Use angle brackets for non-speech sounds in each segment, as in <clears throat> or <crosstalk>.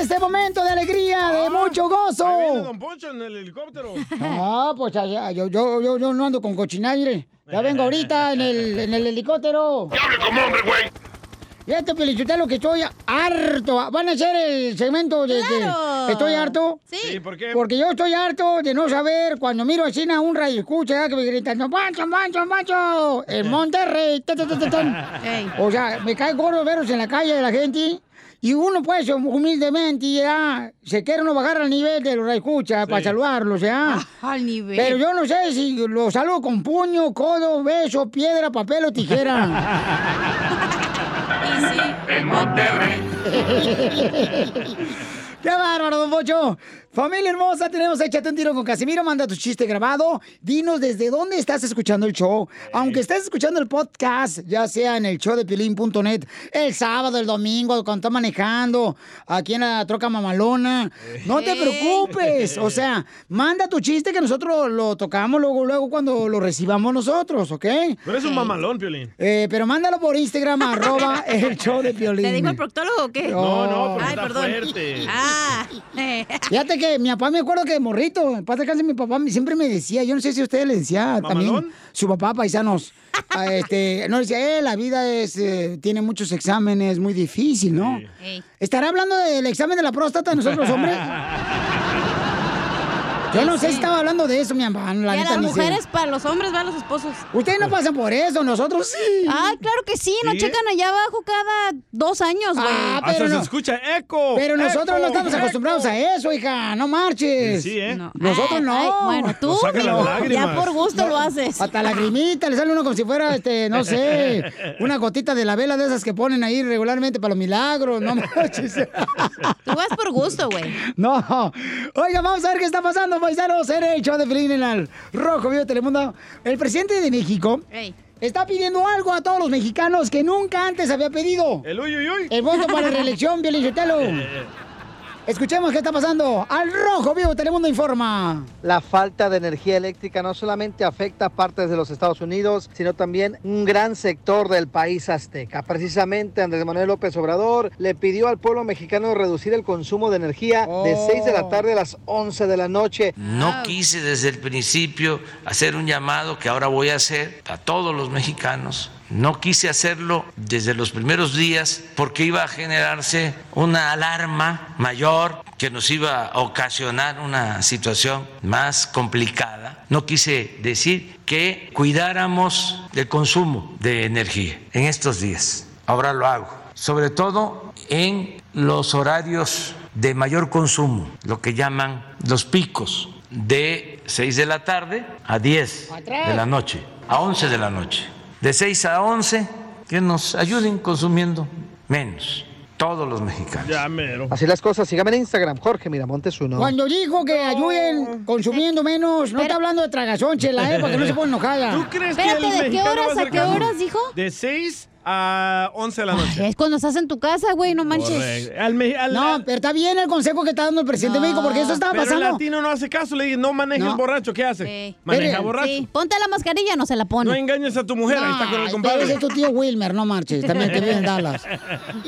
Este este Ah, Don Poncho en el helicóptero. Ah, pues allá, yo, yo, yo, yo no ando con cochinaire. Ya vengo ahorita en el, en el helicóptero. ¡Hable como hombre, güey! Y este lo que estoy harto. Van a hacer el segmento de que Claro. Este, estoy harto. Sí. Sí, ¿por qué? Porque yo estoy harto de no saber cuando miro a China un radio escucha ¿eh? que me gritan, "No, ¡Pancho, Pancho, Pancho! En Monterrey. ta, ta, ta, ta, ta". Eh. <laughs> Ey. O sea, me cae gordo veros en la calle de la gente. Y uno, pues, humildemente, ya se quiere uno bajar al nivel de los radioescuchas para saludarlos, Ah, ya. Al nivel. Pero yo no sé si lo saludo con puño, codo, beso, piedra, papel o tijera. <laughs> En Monterrey. ¡Qué bárbaro, don Pocho! Familia hermosa, tenemos Échate un tiro con Casimiro. Manda tu chiste grabado. Dinos desde dónde estás escuchando el show. Aunque estés escuchando el podcast, ya sea en el show de Piolín.net, el sábado, el domingo, cuando estás manejando, aquí en la troca mamalona. Eh. No te preocupes. O sea, manda tu chiste que nosotros lo tocamos luego, luego cuando lo recibamos nosotros, ¿ok? Pero es un mamalón, Piolín. Eh, pero mándalo por <laughs> Instagram, arroba el show de Piolín. ¿Te dijo el proctólogo o qué? No, no, pero Ay, está perdón. fuerte. Ah. <laughs> Fíjate que mi papá, me acuerdo que de morrito, en paz descanse, mi papá me- siempre me decía, yo no sé si ustedes le decía también, su papá, paisanos, a este, no, decía, eh, la vida es, eh, tiene muchos exámenes, muy difícil, ¿no? ¿Estará hablando del examen de la próstata de <laughs> nosotros, hombres? Yo no sé si estaba hablando de eso, mi papá, la y a neta, las ni sé. mujeres, para los hombres, van los esposos. Ustedes no pasan por eso, nosotros sí. Ah, claro que sí, nos ¿Sí? checan allá abajo cada dos años, güey. Ah, pero Hasta se no. escucha eco. Pero nosotros no estamos acostumbrados a eso, hija. No marches. Sí, ¿eh? No. Nosotros Ay, no. ay, bueno, tú, Nos sacan las pero lágrimas. ya por gusto lo haces. Hasta lagrimita, le sale uno como si fuera, este, no sé, <laughs> una gotita de la vela de esas que ponen ahí regularmente para los milagros. No <laughs> marches. Tú vas por gusto, güey. No. Oiga, vamos a ver qué está pasando, paisanos. En el show de Pelín en el Rojo Vivo de Telemundo. El presidente de México está pidiendo algo a todos los mexicanos que nunca antes había pedido. El uy, uy, uy. El voto <laughs> <laughs> para reelección, Violín Sotelo. Eh, Escuchemos qué está pasando. Al Rojo Vivo de Telemundo informa. La falta de energía eléctrica no solamente afecta a partes de los Estados Unidos, sino también un gran sector del país azteca. Precisamente Andrés Manuel López Obrador le pidió al pueblo mexicano reducir el consumo de energía de Oh. 6 de la tarde a las 11 de la noche. Ah. No quise desde el principio hacer un llamado que ahora voy a hacer a todos los mexicanos. No quise hacerlo desde los primeros días porque iba a generarse una alarma mayor que nos iba a ocasionar una situación más complicada. No quise decir que cuidáramos el consumo de energía en estos días. Ahora lo hago. Sobre todo en los horarios de mayor consumo, lo que llaman los picos, de 6 de la tarde a 10 de la noche, a 11 de la noche. De 6 a 11, que nos ayuden consumiendo menos, todos los mexicanos. Así las cosas, síganme en Instagram, Jorge Miramontes uno. Cuando dijo que ayuden consumiendo menos, no está hablando de tragazón, chela, ¿eh? Para que no se ponga enojada. ¿Tú crees que Espérate, el ¿de qué mexicano va horas a qué acercando? horas dijo? De 6 a 11 de la noche. Es cuando estás en tu casa, güey, no manches. Correcto. eh, Al me- al- No, al- pero está bien el consejo que está dando el presidente de México, porque eso estaba Pero el pasando. latino no hace caso, le dice, no manejes No. borracho, ¿qué hace? Maneja Pero- borracho. Sí, Ponte la mascarilla, no se la pone. No engañes a tu mujer, ahí está con el Ay, compadre. pero ese es tu tío Wilmer, no marches, también que vive en Dallas.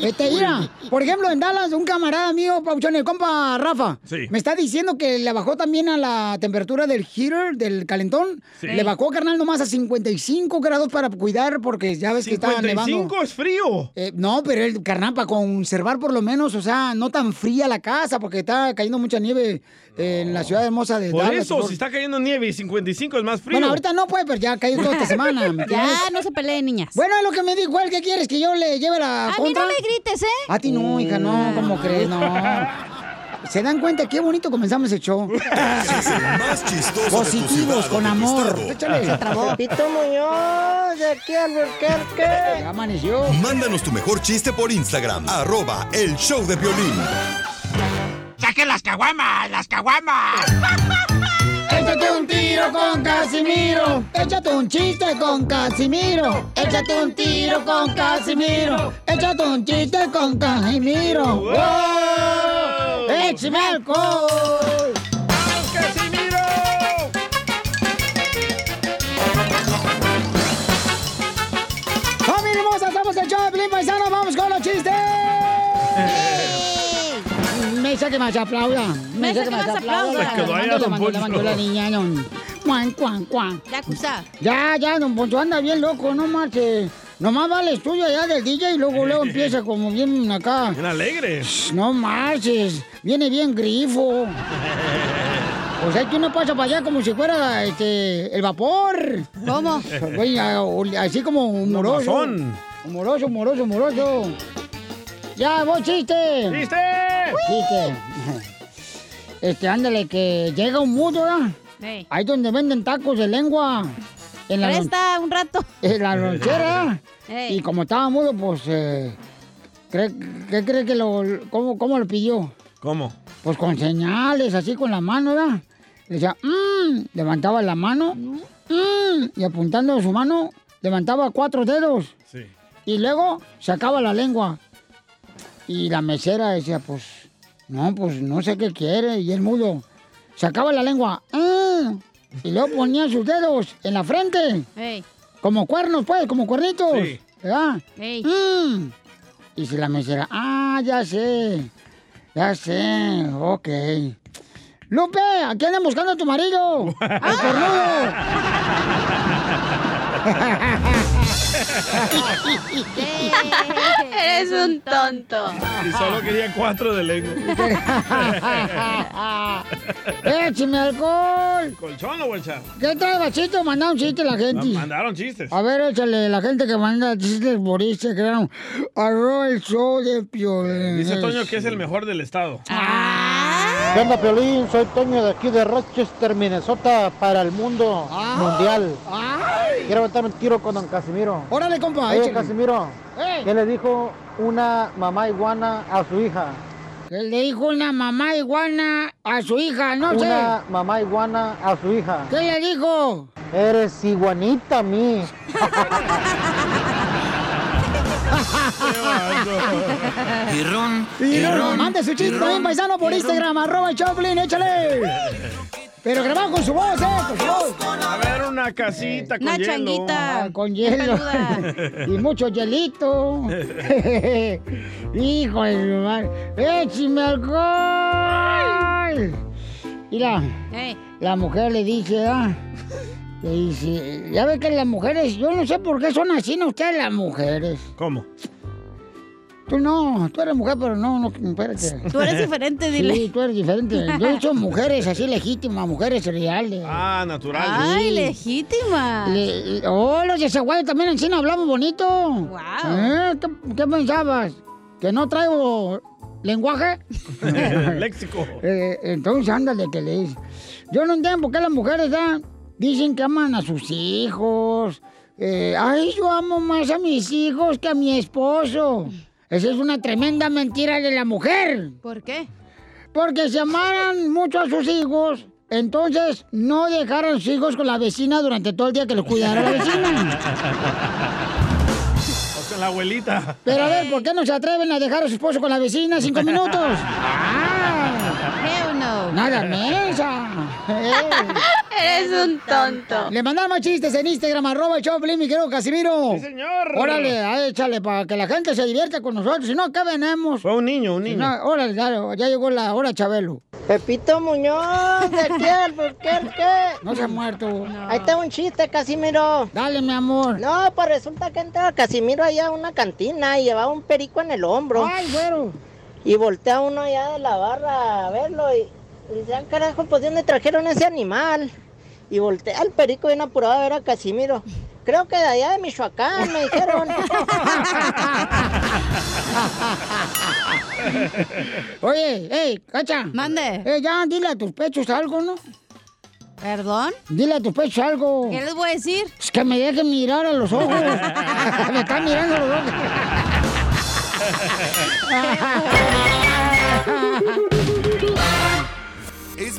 Este, mira, por ejemplo, en Dallas, un camarada mío, Pauchón, el compa Rafa, Sí. me está diciendo que le bajó también a la temperatura del heater, del calentón. Sí. Le bajó, carnal, nomás a 55 grados para cuidar, porque ya ves que estaba nevando. 55 es frío. Eh, no, pero el carnal, para conservar por lo menos, o sea, no tan fría la casa, porque está cayendo mucha nieve eh, en la ciudad hermosa de Por Dallas. eso, si está cayendo nieve y 55 es más frío. Bueno, ahorita no puede, pero ya cayó toda esta semana. ¿me entiendes? <laughs> Ya, no se peleen, niñas. Bueno, es lo que me dijo él. ¿Qué quieres? ¿Que yo le lleve la A mí contra? no me grites, ¿eh? A ti no, hija, no. ¿Cómo crees? No. ¿Se dan cuenta qué bonito comenzamos el show? Es el más chistoso Positivos, con amor. Échale. Pepito Muñoz, de aquí al Ya amaneció. Mándanos tu mejor chiste por Instagram, arroba el show de violín. ¡Saque las caguamas, las caguamas! Échate un tiro con Casimiro. Échate un chiste con Casimiro. Échate un tiro con Casimiro. Échate un chiste con Casimiro. ¡Wow! ¡Oh! ¡Échame alcohol! ¡Familia <laughs> hermosa! ¡Estamos en show de Pelín Paisano! ¡Vamos con los chistes! Mesa que más aplauda. Mesa que más aplauda. La Se quedó ahí, mandó, la don mandó, la Poncho. mandó la niña, don. Cuan, cuan, cuan. Ya, acusá. Ya, ya, don Poncho anda bien loco, no marche. Nomás va al estudio allá del DJ y luego <laughs> luego empieza como bien acá. Bien alegre. No marches, viene bien <laughs> grifo. O sea, que uno pasa para allá como si fuera este, el vapor. ¿Cómo? Güey, a- ol- así como humoroso. Nomazón. Humoroso, humoroso, humoroso. Ya, vos chiste. ¡Chiste! Chiste. Este, ándale, que llega un mudo, ¿verdad? Ey. Ahí donde venden tacos de lengua. En la, lon- Presta un rato. en la lonchera. Ey. Y como estaba mudo, pues, eh, ¿cree- ¿qué cree que lo, cómo, cómo lo pidió? ¿Cómo? Pues con señales, así con la mano, ¿verdad? Le decía, mmm, levantaba la mano, mmm, y apuntando su mano, levantaba cuatro dedos. Sí. Y luego sacaba la lengua. Y la mesera decía, pues, no, pues no sé qué quiere. Y el mudo sacaba la lengua. "Ah", Y luego ponía sus dedos en la frente. <laughs> Ey. Como cuernos, pues, como cuernitos. Sí. ¿Verdad? Ey. Mm. Y si la mesera, ah, ya sé. Ya sé, ok. Lupe, aquí andan buscando a tu marido. ¡El cornudo! <laughs> Eres un tonto. Y solo quería cuatro <laughs> de lengua. Ah. ¡Écheme alcohol! ¿Colchón o guachá? ¿Qué trae, bachito? Manda un chiste la gente. Mandaron chistes. A ver, échale, la gente que manda chistes por Instagram. Arroba el show de Piolín. Dice Toño que es el mejor del estado. Ah. ¿Qué onda, Piolín? Soy Toño de aquí de Rochester, Minnesota, para el mundo Ah. mundial. ¡Ay! Quiero aventar un tiro con don Casimiro. Órale, compa, Oye, échale. Casimiro, ¡Ey! ¿qué le dijo una mamá iguana a su hija? ¿Qué le dijo una mamá iguana a su hija? No Una sé. mamá iguana a su hija. ¿Qué le dijo? Eres iguanita a mí. Y no, mande su chiste también, paisano, por Instagram, arroba el Choplin, échale. Pero grabado con su voz, eh, con su voz. A ver, una casita con Una hielo. changuita. Ah, con hielo. Peluda. <laughs> y <laughs> mucho hielito. Hijo de su madre. ¡Échame alcohol! Mira, Ey. la mujer le dice, ah, le dice, ya ve que las mujeres, yo no sé por qué son así, no ustedes las mujeres. ¿Cómo? Tú no, tú eres mujer, pero no, no, espérate. Tú eres diferente, dile. Sí, tú eres diferente. Yo he hecho mujeres así legítimas, mujeres reales. Ah, natural. Ay, legítima. Le- oh, los de Zaguayo también en China hablamos bonito. Guau. ¿Eh? ¿Qué, qué pensabas? ¿Que no traigo lenguaje? <laughs> Léxico. Eh, entonces, ándale, que le dice. Yo no entiendo por qué las mujeres ¿ah? dicen que aman a sus hijos. Eh, Ay, yo amo más a mis hijos que a mi esposo. Esa es una tremenda mentira de la mujer. ¿Por qué? Porque si amaran mucho a sus hijos, entonces no dejaran a sus hijos con la vecina durante todo el día que los cuidara la vecina. O con la abuelita. Pero a ver, ¿por qué no se atreven a dejar a su esposo con la vecina cinco minutos? <laughs> Ah, Hell no. nada mesa. <laughs> Eres un tonto. eh. Le mandaron más chistes en Instagram, arroba el Choplin, mi querido Casimiro. Sí, señor. Órale, ah, échale, para que la gente se divierta con nosotros. Si no, acá venemos. Fue un niño, un Si niño. no, órale, ya, ya llegó la hora, Chabelo. Pepito Muñoz, <laughs> del tiempo, ¿qué, qué? No se ha muerto. Ahí está un chiste, Casimiro. Dale, mi amor. No, pues resulta que entra Casimiro allá a una cantina y llevaba un perico en el hombro. Ay, güero. Y voltea uno allá de la barra a verlo y, y dice, "Ah, carajo, pues ¿de dónde trajeron ese animal? Y voltea al perico bien apurado a ver a Casimiro. Creo que de allá de Michoacán, me <laughs> dijeron. Oye, ey, cacha. Mande. Eh, ya, dile a tus pechos algo, ¿no? ¿Perdón? Dile a tus pechos algo. ¿Qué les voy a decir? Es que me dejen mirar a los ojos. <laughs> me están mirando los ojos. Es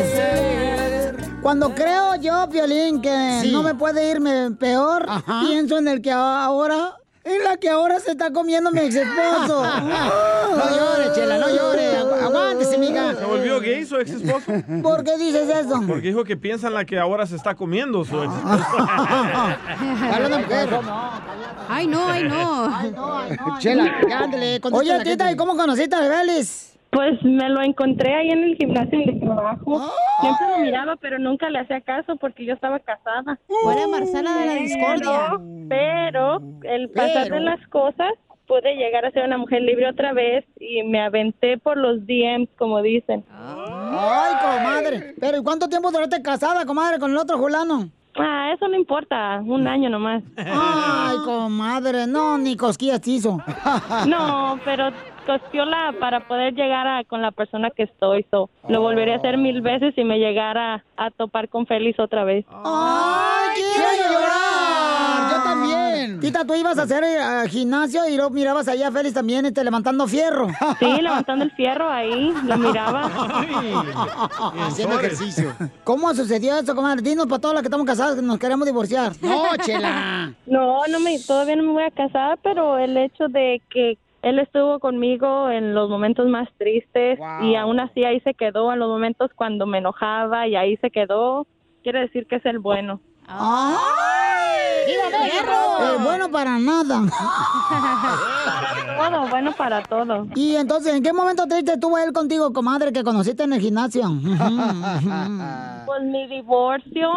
Cuando creo yo, Violín, que Sí. no me puede irme peor, pienso en el que ahora, en la que ahora se está comiendo mi ex <laughs> esposo. No llores, Chela, no llores. Agu- aguántese, mija. ¿Se volvió gay su ex esposo? ¿Por qué dices eso? Porque dijo que piensa en la que ahora se está comiendo su <laughs> ex Hablando de mujer. Ay, no, ay, no. Chela, ya, ándale, contéstale a la Oye, gente. Tita, ¿y cómo conociste a Vélez? Pues me lo encontré ahí en el gimnasio de trabajo. Siempre lo miraba, pero nunca le hacía caso porque yo estaba casada. Fuera Marzana de la discordia. Pero el pasar Pero. de las cosas pude llegar a ser una mujer libre otra vez y me aventé por los DMs, como dicen. Ay, comadre. Pero ¿y cuánto tiempo duraste casada, comadre, con el otro Julano? Ah, eso no importa, un año nomás. Ay, comadre, no, ni cosquillas te hizo. <laughs> No, pero costeó la para poder llegar a, con la persona que estoy. So. Lo volvería a hacer mil veces si me llegara a topar con Félix otra vez. ¡Ay, quiero llorar! Yo también. Tita, tú ibas a hacer eh, gimnasio y luego mirabas allá a Félix también este, levantando fierro. Sí, levantando el fierro ahí, lo miraba. <laughs> Haciendo <laughs> ejercicio. ¿Cómo sucedió eso, comadre? Dinos para todos los que estamos casados que nos queremos divorciar. <laughs> No, chela. No, no me, todavía no me voy a casar, pero el hecho de que él estuvo conmigo en los momentos más tristes y aún así ahí se quedó en los momentos cuando me enojaba y ahí se quedó, quiere decir que es el bueno. ¡Viva México! Eh, bueno para nada. Todo, <laughs> bueno para todo. Y entonces, ¿en qué momento triste estuvo él contigo, comadre, que conociste en el <laughs> gimnasio? Pues mi divorcio,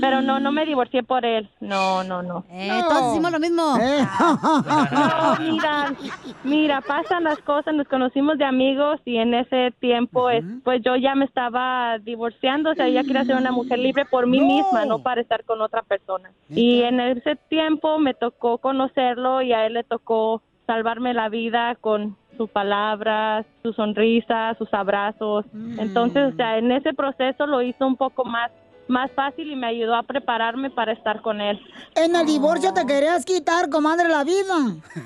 pero no, no me divorcié por él. No, no, no. todos Eh, hicimos lo mismo. <laughs> No, mira, mira, pasan las cosas, nos conocimos de amigos y en ese tiempo, es- pues yo ya me estaba divorciando, o sea, ya quería ser una mujer libre por mí No. misma, no para estar con otra persona. Y en ese tiempo me tocó conocerlo y a él le tocó salvarme la vida con sus palabras, su sonrisa, sus abrazos. Mm. Entonces, o sea, en ese proceso lo hizo un poco más más fácil y me ayudó a prepararme para estar con él. En el divorcio te querías quitar, comadre, la vida.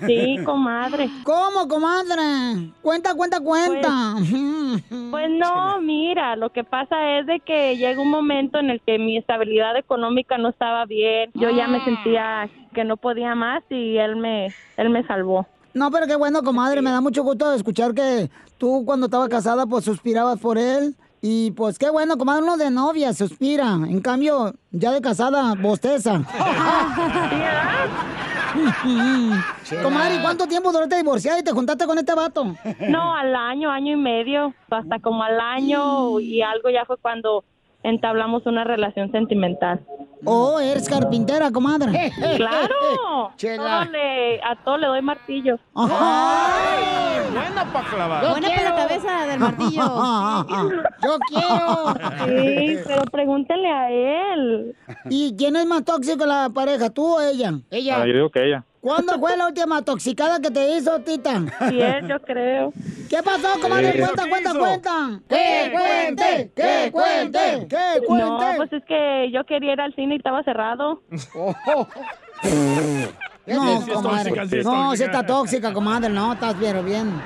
Sí, comadre. ¿Cómo, comadre? Cuenta, cuenta, cuenta. <laughs> Pues no, mira, lo que pasa es de que llega un momento en el que mi estabilidad económica no estaba bien. Yo ya Ah. me sentía que no podía más y él me él me salvó. No, pero qué bueno, comadre. Me da mucho gusto escuchar que tú cuando estabas casada, pues suspirabas por él. Y pues qué bueno, comadre, uno de novia suspira. En cambio, ya de casada, bosteza. <laughs> Ah, comadre, ¿y cuánto tiempo duraste divorciada y te juntaste con este vato? No, al año, año y medio, hasta como al año y algo ya fue cuando entablamos una relación sentimental. Oh, eres carpintera, comadre. <laughs> Claro. Todo le- a todo le doy martillo. Buena para clavar. pues, Buena para la cabeza del <laughs> martillo. Yo quiero. <laughs> Sí, pero pregúntale a él. ¿Y quién es más tóxico la pareja, tú o ella? Ella. Ah, yo digo que ella. ¿Cuándo fue la última toxicada que te hizo, Tita? Sí, es, yo creo. ¿Qué pasó, comadre? Sí. Cuenta, ¿Qué cuenta, hizo? cuenta. ¡Que cuente! ¡Que cuente! ¡Que No, cuente! pues es que yo quería ir al cine y estaba <laughs> cerrado. Oh, No, Sí, sí es tóxica, sí comadre. es No, tóxica. si está tóxica, comadre. No, estás pero bien.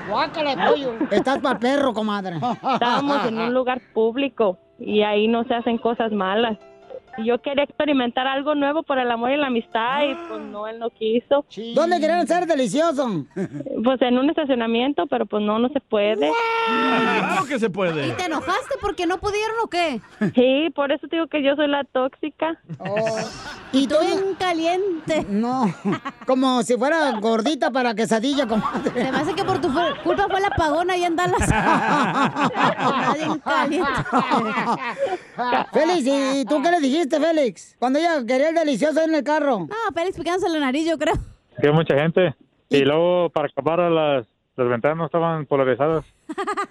Estás para perro, comadre. Estábamos en un lugar público y ahí no se hacen cosas malas. Y yo quería experimentar algo nuevo por el amor y la amistad y pues no, él no quiso. ¿Dónde querían ser delicioso? Pues en un estacionamiento, pero pues no, no se puede. Claro que se puede. ¿Te enojaste porque no pudieron o qué? Sí, por eso te digo que yo soy la tóxica. Oh. Y tú en caliente. No, como si fuera gordita para quesadilla, comadre. Se me hace que por tu fu- culpa fue el apagón ahí en Dallas. <laughs> Nadie en caliente. Félix, Ah, ¿y tú qué le dijiste, Félix? Cuando ella quería el delicioso en el carro. No, Félix picándose la nariz, yo creo. Que hay mucha gente. Y luego, para acabar, a las, las ventanas estaban polarizadas.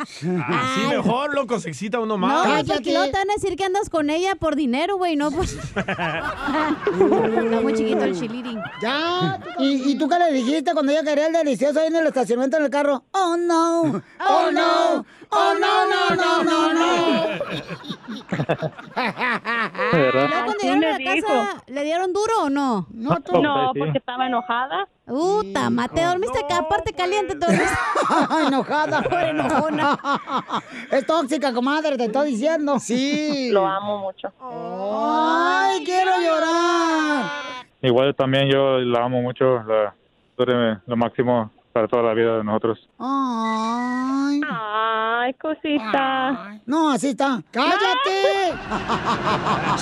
Así mejor, loco, se excita uno No, más. güey, porque luego te van a decir que andas con ella por dinero, güey, no <laughs> pues. Está muy chiquito el chilirín. Ya. ¿Y, y tú qué le dijiste cuando ella quería el delicioso ahí en el estacionamiento en el carro? Oh no, <laughs> oh no, oh no, no, no, no, no. De ¿Y verdad. luego cuando Así llegaron a la me casa, le dieron duro o no? No, tú- No, porque estaba enojada. <laughs> pues. Uta, mate, dormiste acá, aparte caliente, todo. enojada. Por enojona. es tóxica, comadre, te estoy diciendo. Sí. Lo amo mucho. ¡Ay, quiero llorar! Igual también yo la amo mucho, la, tú eres lo máximo para toda la vida de nosotros. Ay. Ay, cosita. No, así está. ¡Cállate!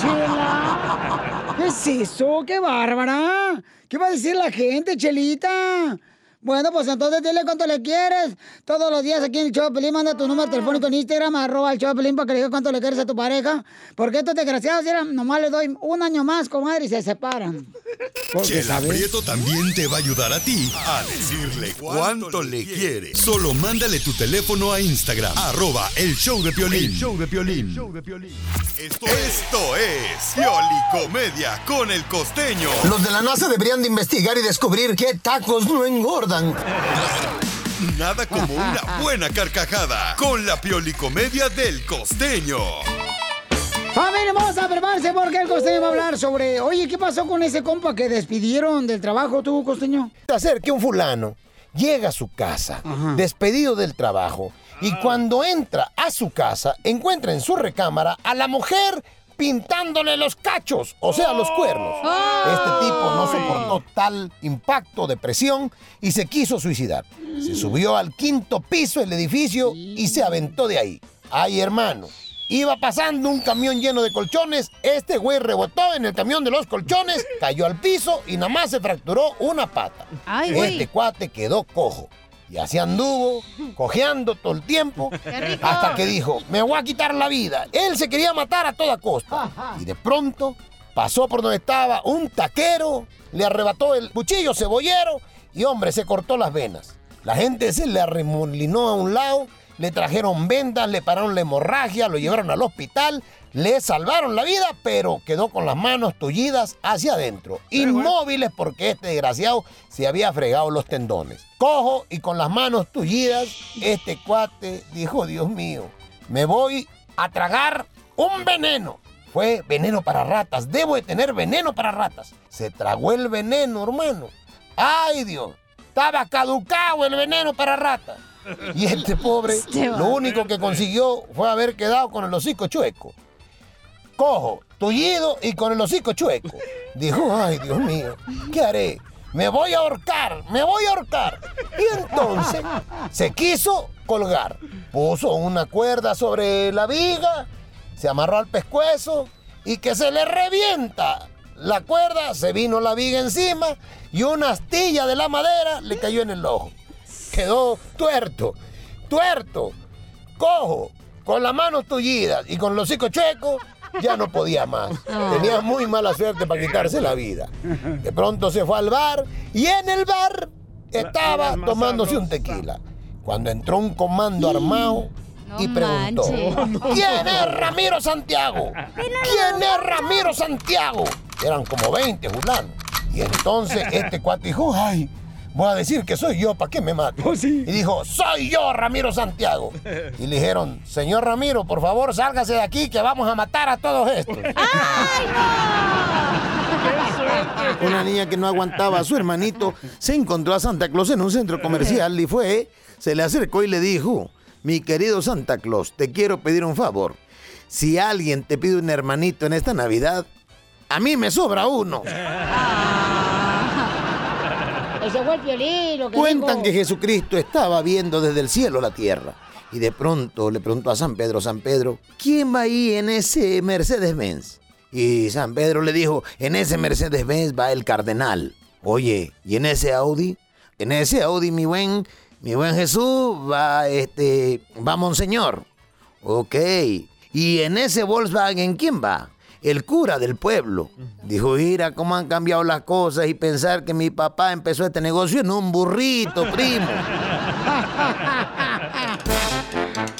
¡Chela! ¿Qué es eso? ¡Qué bárbara! ¿Qué va a decir la gente, Chelita? Bueno, pues entonces dile cuánto le quieres. Todos los días aquí en el show de Pelín, manda tu número telefónico en Instagram, arroba el show de Pelín, para que le digas cuánto le quieres a tu pareja. Porque estos desgraciados, mira, nomás le doy un año más, comadre, y se separan. Chela Prieto también te va a ayudar a ti a decirle cuánto le quiere. Solo mándale tu teléfono a Instagram, arroba el show de Piolín. El show de Piolín. Esto, esto es Pioli Comedia con el costeño. Los de la NASA deberían de investigar y descubrir qué tacos no engordan. <laughs> Nada como una buena carcajada con la Pioli Comedia del costeño. Familia hermosa, prepárense porque el costeño va a hablar sobre. Oye, ¿qué pasó con ese compa que despidieron del trabajo tú, costeño? Hacer que un fulano llega a su casa, despedido del trabajo, y Ah. cuando entra a su casa, encuentra en su recámara a la mujer pintándole los cachos, o sea, los cuernos. Este tipo no soportó tal impacto de presión y se quiso suicidar. Se subió al quinto piso del edificio y se aventó de ahí. Ay, hermano. Iba pasando un camión lleno de colchones, este güey rebotó en el camión de los colchones, cayó al piso y nada más se fracturó una pata. Ay, güey. este cuate quedó cojo. Y así anduvo, cojeando todo el tiempo, rico! hasta que dijo, me voy a quitar la vida. Él se quería matar a toda costa. Y de pronto pasó por donde estaba un taquero, le arrebató el cuchillo cebollero y hombre, se cortó las venas. La gente se le arremolinó a un lado, le trajeron vendas, le pararon la hemorragia, lo llevaron al hospital, le salvaron la vida, pero quedó con las manos tullidas hacia adentro, inmóviles porque este desgraciado se había fregado los tendones. Cojo y con las manos tullidas, este cuate dijo, Dios mío, me voy a tragar un veneno. Fue veneno para ratas, debo de tener veneno para ratas. Se tragó el veneno, hermano. ¡Ay, Dios! Estaba caducado el veneno para ratas. Y este pobre, Este lo vato. único que consiguió fue haber quedado con el hocico chueco. Cojo, tullido y con el hocico chueco. Dijo, ay, Dios mío, ¿qué haré? Me voy a ahorcar, me voy a ahorcar. Y entonces se quiso colgar. Puso una cuerda sobre la viga, se amarró al pescuezo y que se le revienta. La cuerda se vino la viga encima y una astilla de la madera le cayó en el ojo. Quedó tuerto, tuerto, cojo, con las manos tullidas y con los hocico chuecos, ya no podía más. Tenía muy mala suerte para quitarse la vida. De pronto se fue al bar y en el bar estaba tomándose un tequila. Cuando entró un comando armado y preguntó, manches. ¿quién es Ramiro Santiago? ¿Quién es Ramiro Santiago? Eran como 20 fulanos. Y entonces este cuate dijo, ay, voy a decir que soy yo, ¿para qué me mato? Y dijo, soy yo, Ramiro Santiago. Y le dijeron, señor Ramiro, por favor, sálgase de aquí que vamos a matar a todos estos. Una niña que no aguantaba a su hermanito se encontró a Santa Claus en un centro comercial y fue, se le acercó y le dijo, mi querido Santa Claus, te quiero pedir un favor. Si alguien te pide un hermanito en esta Navidad, a mí me sobra uno. Ese fue el violín, lo que Cuentan que dijo. Jesucristo estaba viendo desde el cielo la tierra. Y de pronto le preguntó a San Pedro, San Pedro, ¿quién va ahí en ese Mercedes-Benz? Y San Pedro le dijo, en ese Mercedes-Benz va el cardenal. Oye, ¿y en ese Audi? En ese Audi, mi buen, mi buen Jesús, va este, va Monseñor. Ok. ¿Y en ese Volkswagen quién va? El cura del pueblo. Dijo, mira cómo han cambiado las cosas y pensar que mi papá empezó este negocio en un burrito, primo.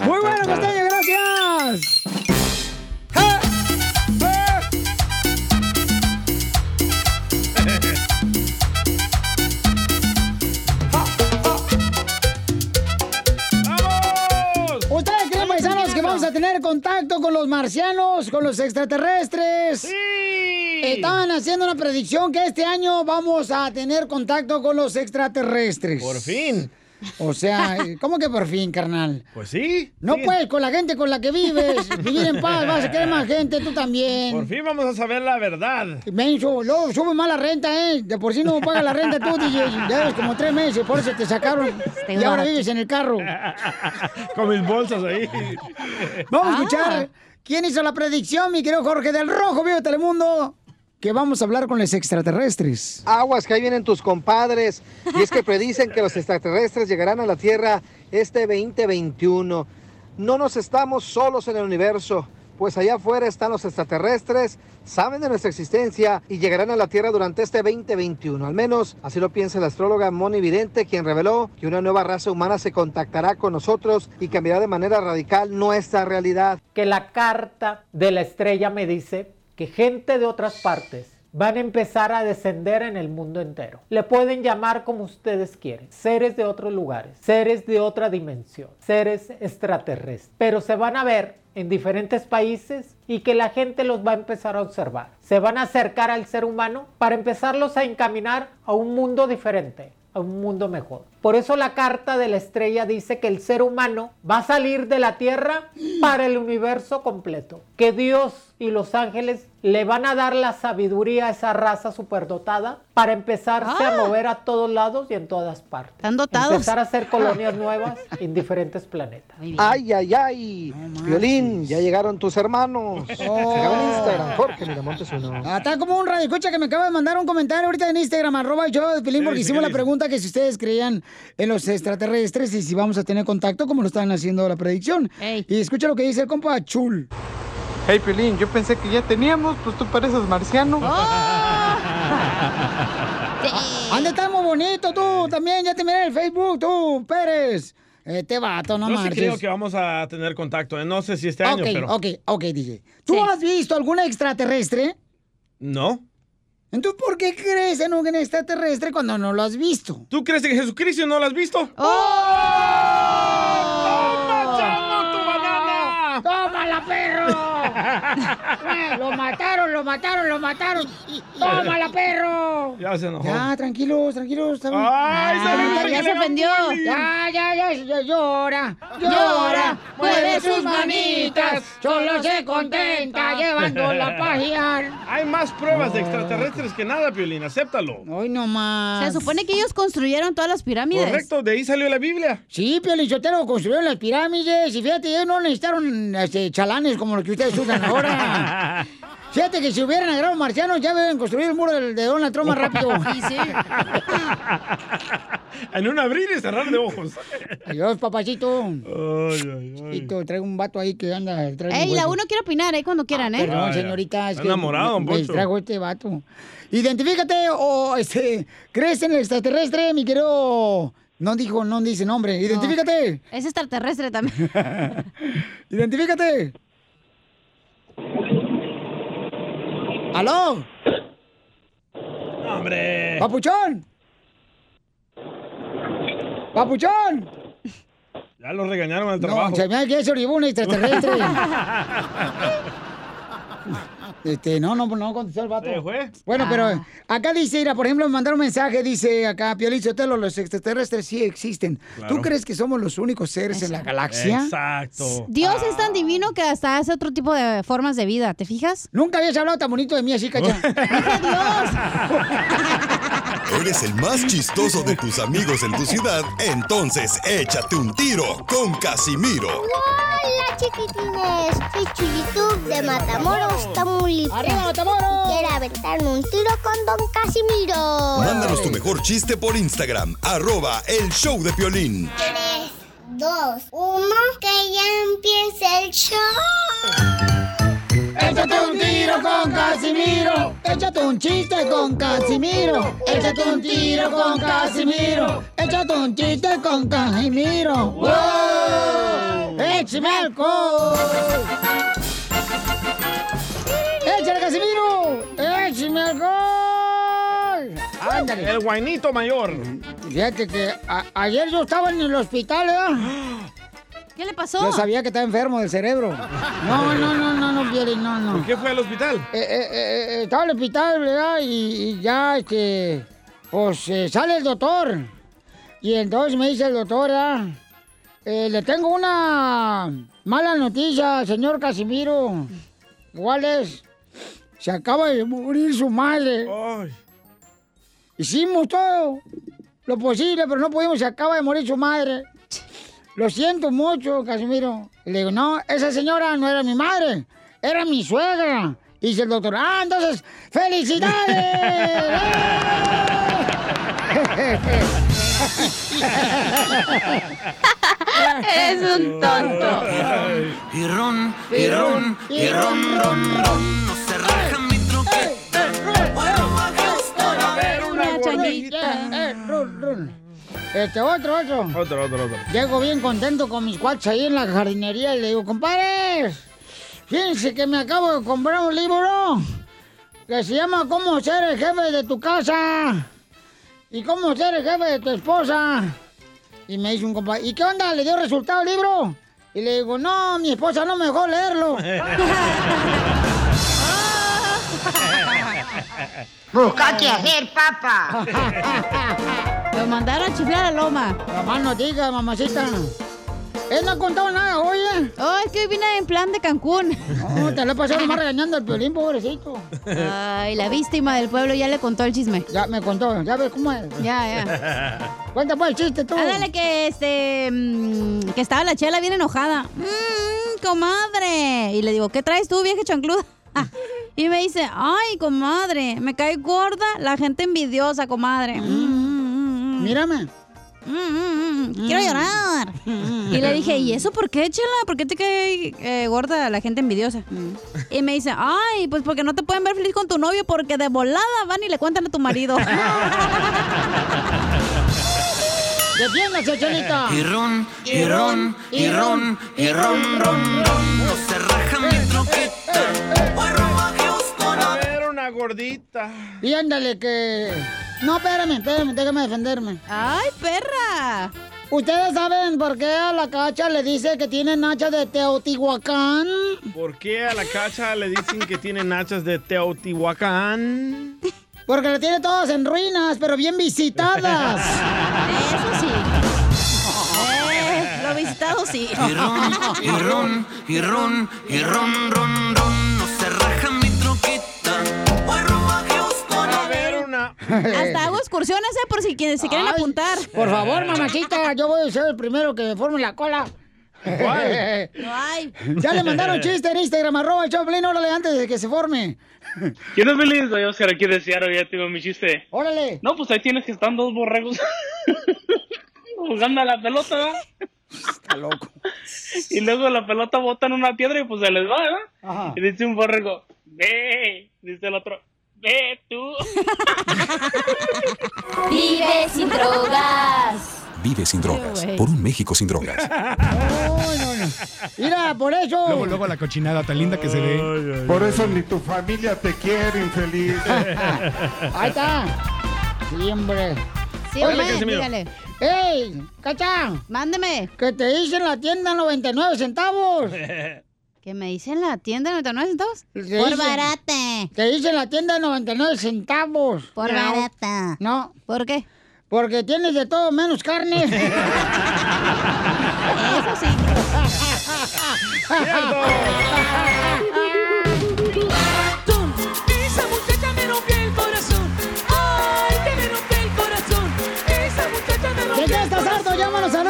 Muy bueno, Costeño, gracias. ¿Ustedes creen, paisanos, que vamos a tener contacto con los marcianos, con los extraterrestres? Estaban haciendo una predicción que este año vamos a tener contacto con los extraterrestres. Por fin. O sea, eh, ¿cómo que por fin, carnal? Pues sí. No sí. pues, con la gente con la que vives, vivir en paz, vas a querer más gente, tú también. Por fin vamos a saber la verdad. Menso, luego sube más la renta, ¿eh? De por sí no paga la renta tú, DJ. Ya llevas como tres meses, por eso te sacaron. y ahora barato. vives en el carro. <laughs> Con mis bolsas ahí. Ah. Vamos a escuchar quién hizo la predicción, mi querido Jorge del Rojo, vivo de Telemundo. Que vamos a hablar con los extraterrestres. Aguas que ahí vienen tus compadres. Y es que predicen que los extraterrestres llegarán a la Tierra este 2021. No nos estamos solos en el universo, pues allá afuera están los extraterrestres, saben de nuestra existencia y llegarán a la Tierra durante este 2021. Al menos así lo piensa la astróloga Moni Vidente, quien reveló que una nueva raza humana se contactará con nosotros y cambiará de manera radical nuestra realidad. que la carta de la estrella me dice que gente de otras partes van a empezar a descender en el mundo entero. Le pueden llamar como ustedes quieren, seres de otros lugares, seres de otra dimensión, seres extraterrestres, pero se van a ver en diferentes países y que la gente los va a empezar a observar. Se van a acercar al ser humano para empezarlos a encaminar a un mundo diferente, a un mundo mejor. Por eso la carta de la estrella dice que el ser humano va a salir de la tierra para el universo completo. Que Dios y los ángeles le van a dar la sabiduría a esa raza superdotada para empezarse a mover a todos lados y en todas partes. Están dotados. Empezar a hacer colonias nuevas en diferentes planetas. Ay, ay, ay. Violín, ya llegaron tus hermanos. Llegaron a Instagram, Jorge Miramontes uno. Oh. Ah, Está como un radiococha que me acaba de mandar un comentario ahorita en Instagram, arroba el show de Pelín, ¿Qué porque dice? hicimos ¿Qué la dice? pregunta que si ustedes creían en los extraterrestres y si vamos a tener contacto, como lo están haciendo la predicción. Y escucha lo que dice el compa Chul. Hey Pelín, yo pensé que ya teníamos, pues tú pareces marciano. Anda, está Ah, muy bonito tú también, ya te miré en el Facebook, tú, Pérez. Este vato, no Yo sí marches. creo que vamos a tener contacto. eh. No sé si este año, ok, pero. ok, ok, DJ. ¿Tú has visto algún extraterrestre? No. Entonces, ¿por qué crees en un extraterrestre cuando no lo has visto? ¿Tú crees en Jesucristo y no lo has visto? Oh. ¡Tómala, perro! Eh, ¡Lo mataron, lo mataron, lo mataron! ¡Tómala, perro! Ya se enojó. Ya, tranquilos, tranquilos. está bien. Ay, se Ah, ve que ya le se da ofendió. bullying. Ya, ya, ya, ya, llora, llora, mueve sus manitas, solo se contenta llevándola a pajear. Hay más pruebas de extraterrestres que nada, Piolín. Acéptalo. Hoy no más. Se supone que ellos construyeron todas las pirámides. Correcto, de ahí salió la Biblia. Sí, Piolichotero construyeron las pirámides y fíjate, ellos no necesitaron este, chalanes como los que ustedes usan <laughs> ahora. Fíjate que si hubieran agarrado marcianos ya hubieran construido el muro del- de Donald Trump más <laughs> rápido. Sí, sí. En un abrir y cerrar de ojos. Adiós, papachito. Ay, ay, ay. Papachito, trae un vato ahí que anda. trae un Ey, la hueso. Ah, uno quiere opinar, ¿eh? Cuando quieran, ¿eh? Perdón, señorita. es Ah, Está que enamorado, don me- Poncho. Me distrajo este vato. Identifícate o este, crees en el extraterrestre, mi querido. No dijo, no dice nombre. Identifícate. Es extraterrestre también. <laughs> Identifícate. ¿Aló? ¡Hombre! ¡Papuchón! ¡Papuchón! Ya lo regañaron al trabajo. No, se me hace que es oribundo <laughs> extraterrestre. Este, no, no, no contestó el vato. ¿Se fue? Ah. Bueno, pero acá dice, mira, por ejemplo, me mandaron un mensaje, dice acá, Piolicho Telo, los extraterrestres sí existen. Claro. ¿Tú crees que somos los únicos seres en la galaxia? Exacto. Dios es tan divino que hasta hace otro tipo de formas de vida, ¿te fijas? Nunca habías hablado tan bonito de mí así, cacha. Eres el más chistoso de tus amigos en tu ciudad, entonces échate un tiro con Casimiro. Hola chiquitines, soy Chuyitub de Matamoros, Tamaulipas. ¡Arriba Matamoros! Quiero aventarme un tiro con Don Casimiro. Mándanos tu mejor chiste por Instagram, arroba el show de Piolín. 3, 2, 1, que ya empiece el show. Échate un tiro con Casimiro. Échate un chiste con Casimiro. Échate un tiro con Casimiro. Échate un chiste con Casimiro. ¡Wow! ¡Échame alcohol! ¡Échale, Casimiro! ¡Échame alcohol! ¡Ándale! El guainito mayor. Fíjate que a- ayer yo estaba en el hospital, Ah. ¿eh? <laughs> ¿Qué le pasó? Yo sabía que estaba enfermo del cerebro. No, no, no, no, no, Piolín, no, no. ¿Por qué fue al hospital? Eh, eh, eh, eh, estaba en el hospital, ¿verdad? Y, y ya, este, pues eh, sale el doctor. Y entonces me dice el doctor, ah, eh, le tengo una mala noticia, señor Casimiro. ¿Cuál es? Se acaba de morir su madre. Hicimos todo lo posible, pero no pudimos, se acaba de morir su madre. Lo siento mucho, Casimiro. Le digo, no, esa señora no era mi madre, era mi suegra. Y dice el doctor, ah, entonces, <laughs> ¡felicidades! Eres un tonto. Y ron, y ron, y ron, ron, ron. No se raja mi truqueta. Puedo pagar a ver una <laughs> changuita. Este, otro, otro. Otro, otro, otro. Llego bien contento con mis cuates ahí en la jardinería y le digo, compadres, fíjense que me acabo de comprar un libro que se llama Cómo ser el jefe de tu casa y cómo ser el jefe de tu esposa. Y me dice un compadre, ¿y qué onda? ¿Le dio resultado el libro? Y le digo, no, mi esposa no me dejó <laughs> leerlo. Busca qué hacer, papa! Lo mandaron a chiflar a Loma. Mamá no diga, mamacita. Él no ha contado nada, oye. Oh, es que hoy vine en plan de Cancún. No, te lo he <laughs> pasado nomás regañando al piolín, pobrecito. Ay, la víctima del pueblo ya le contó el chisme. Ya me contó, ya ves cómo es. Ya, ya. Ah, Cuenta pues el chiste tú. Ándale que este mm, que estaba la chela bien enojada. Mmm, comadre. Y le digo, ¿qué traes tú, vieja chancluda? <laughs> Ah, y me dice, ay, comadre, me cae gorda la gente envidiosa, comadre. Mm, Mírame. mm. Mm. Quiero <laughs> llorar. Y le dije, ¿y eso por qué, chela? ¿Por qué te cae eh, gorda la gente envidiosa? Mm. Y me dice, ay, pues porque no te pueden ver feliz con tu novio porque de volada van y le cuentan a tu marido. <laughs> ¡Defiéndase, <laughs> chelita! Y ron, y ron, y ron, y ron, ron, ron. No se raja Ah. mi truquita. Voy rumbo a Houston. A ver una gordita. Y ándale que... No, espérame, espérame, déjame defenderme. ¡Ay, perra! ¿Ustedes saben por qué a la cacha le dice que tiene nacha de Teotihuacán? ¿Por qué a la cacha le dicen que tiene nachas de Teotihuacán? Porque la tiene todas en ruinas, pero bien <laughs> visitadas. Eso sí. Eh, lo visitado <laughs> sí. Y ron, y ron, y ron, y ron, ron, ron. No se raja mi truquita. Voy rumbo a Houston. A ver una. Hasta hago excursiones, ¿eh? Por si quien- se quieren Ay, apuntar. Por favor, mamachita, yo voy a ser el primero que me forme la cola. ¿Cuál? Ay. ya le mandaron chiste en Instagram, arroba el Choplin, órale, antes de que se forme. Yo no feliz, soy Oscar aquí de Seattle, ya tengo mi chiste. Órale. No, pues ahí tienes que están dos borregos <laughs> jugando a la pelota, ¿verdad? Está loco. Y luego la pelota botan una piedra y pues se les va, ¿verdad? Ajá. Y dice un borrego, ve, dice el otro, ve tú. Vive sin <laughs> drogas. Vive sin drogas. güey. Por un México sin drogas. No, no, no. Mira, por eso. Luego, luego la cochinada tan linda que se ve. Por eso ni tu familia te quiere, infeliz. <laughs> Ahí está. Siempre. Siempre, Órale, Casimiro. dígale. ¡Ey! ¡Cacha! ¡Mándeme! Que te hice en la tienda 99 <laughs> centavos. ¿Que me hice en la tienda 99 centavos? Por hice- barata. Te hice en la tienda 99 centavos. Por barata. No. ¿Por qué? Porque tienes de todo menos carne. <laughs> Eso sí. Esa muchacha me rompió el corazón. Ay, que me rompió el corazón. Esa muchacha me ¿De rompió qué el estás harto? corazón. <laughs> Llámanos al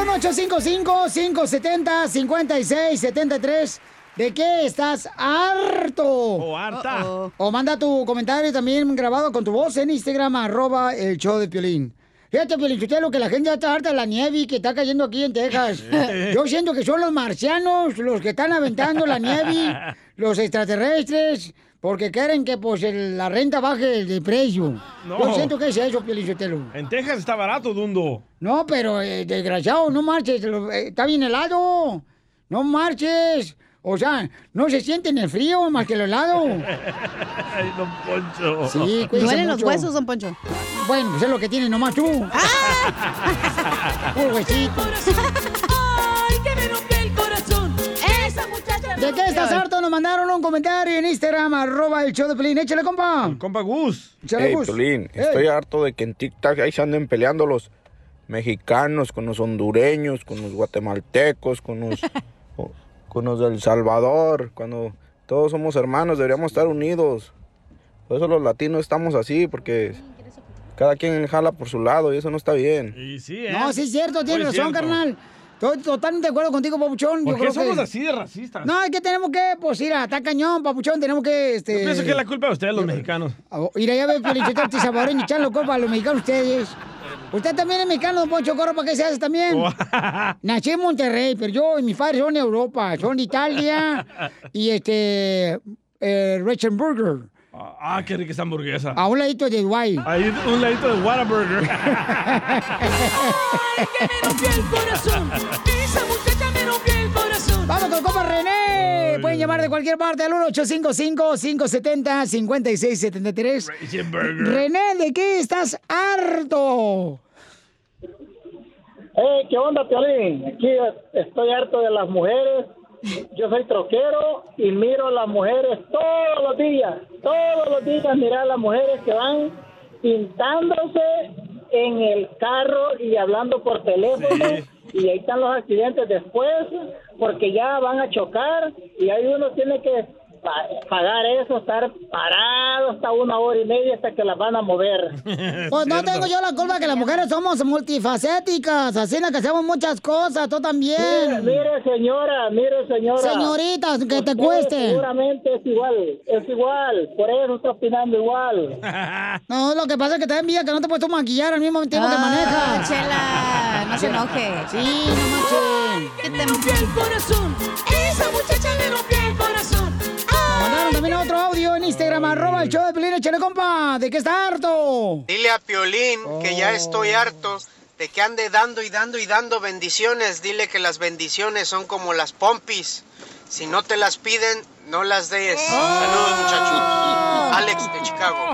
1-855-570-5673. ¿De qué estás harto? O harta. O manda tu comentario también grabado con tu voz en Instagram, arroba el show de Piolín. Fíjate, Piolín, lo que la gente ya está harta de la nieve que está cayendo aquí en <laughs> Texas. Yo siento que son los marcianos los que están aventando la nieve, los extraterrestres, porque quieren que pues el- la renta baje de precio. No. Yo siento que es eso, Piolín Sotelo. En Texas está barato, Dundo. No, pero eh, desgraciado, no marches, lo- eh, está bien helado. No marches. O sea, no se siente en el frío más que el helado. Ay, don Poncho. <laughs> Sí, cuídense Duelen los mucho. huesos, don Poncho. Ah. Bueno, pues es lo que tiene nomás tú. <laughs> Puro huesito. Ay, que me rompió el corazón. Esa muchacha. ¿Eh? ¿De qué estás harto? Nos mandaron un comentario en Instagram, arroba el show de Pelín. Échale, compa. compa Gus. Échale, Ey, Gus. Piolín, Ey. estoy harto de que en TikTok ahí se anden peleándolos. mexicanos, con los hondureños, con los guatemaltecos, con <laughs> los, con- con los del Salvador. Cuando todos somos hermanos deberíamos estar unidos. Por eso los latinos estamos así, porque cada quien jala por su lado y eso no está bien. <laughs> Y sí, ¿eh? No, sí es cierto, tienes Muy razón, cierto. carnal. Estoy totalmente de acuerdo contigo, Papuchón. ¿Por Yo qué creo somos que- así de racistas? No, es que tenemos que, pues, ir a está cañón, Papuchón. Tenemos que, este... Yo pienso que es la culpa de ustedes, los mexicanos. Ir allá a ver Pelichotero Tizaboreño, echan la culpa a los mexicanos <laughs> ustedes. Usted también es mexicano, don Poncho Corro, ¿para qué se hace también? Oh. <laughs> Nací en Monterrey, pero yo y mis padres son de Europa, son de <laughs> Italia y este. Eh, Rechenburger, Ah, qué rica esa hamburguesa. a un ladito de Dubai. Ahí un ladito de Whataburger. Vamos con Copa René. Pueden llamar de cualquier parte al 1-855-570-5673. René, ¿de qué estás harto? Eh, ¿Qué onda, Piolín? Aquí es- estoy harto de las mujeres. Yo soy troquero y miro a las mujeres todos los días. Todos los días mirar a las mujeres que van pintándose en el carro y hablando por teléfono. Y ahí están los accidentes después porque ya van a chocar y ahí uno tiene que pa- pagar eso, estar parado hasta una hora y media hasta que las van a mover. Pues no tengo yo la culpa que las mujeres somos multifacéticas, así en la que hacemos muchas cosas, tú Mire, también. mire, señora, mire, señora. Señorita, que te Usted cueste. Seguramente es igual, es igual, por eso está opinando igual. No, lo que pasa es que te da envidia que no te puedes tú maquillar al mismo tiempo que manejas. Ah, Chela, no se enoje. Sí, no manches. Que te rompió el corazón. Esa muchacha me rompió el corazón. Mandaron también otro audio en Instagram, arroba el show de Pelín, échale compa, ¿de qué está harto? Dile a Piolín que ya estoy harto de que ande dando y dando y dando bendiciones. Dile que las bendiciones son como las pompis. Si no te las piden, no las des. Saludos, muchachos. Alex de Chicago.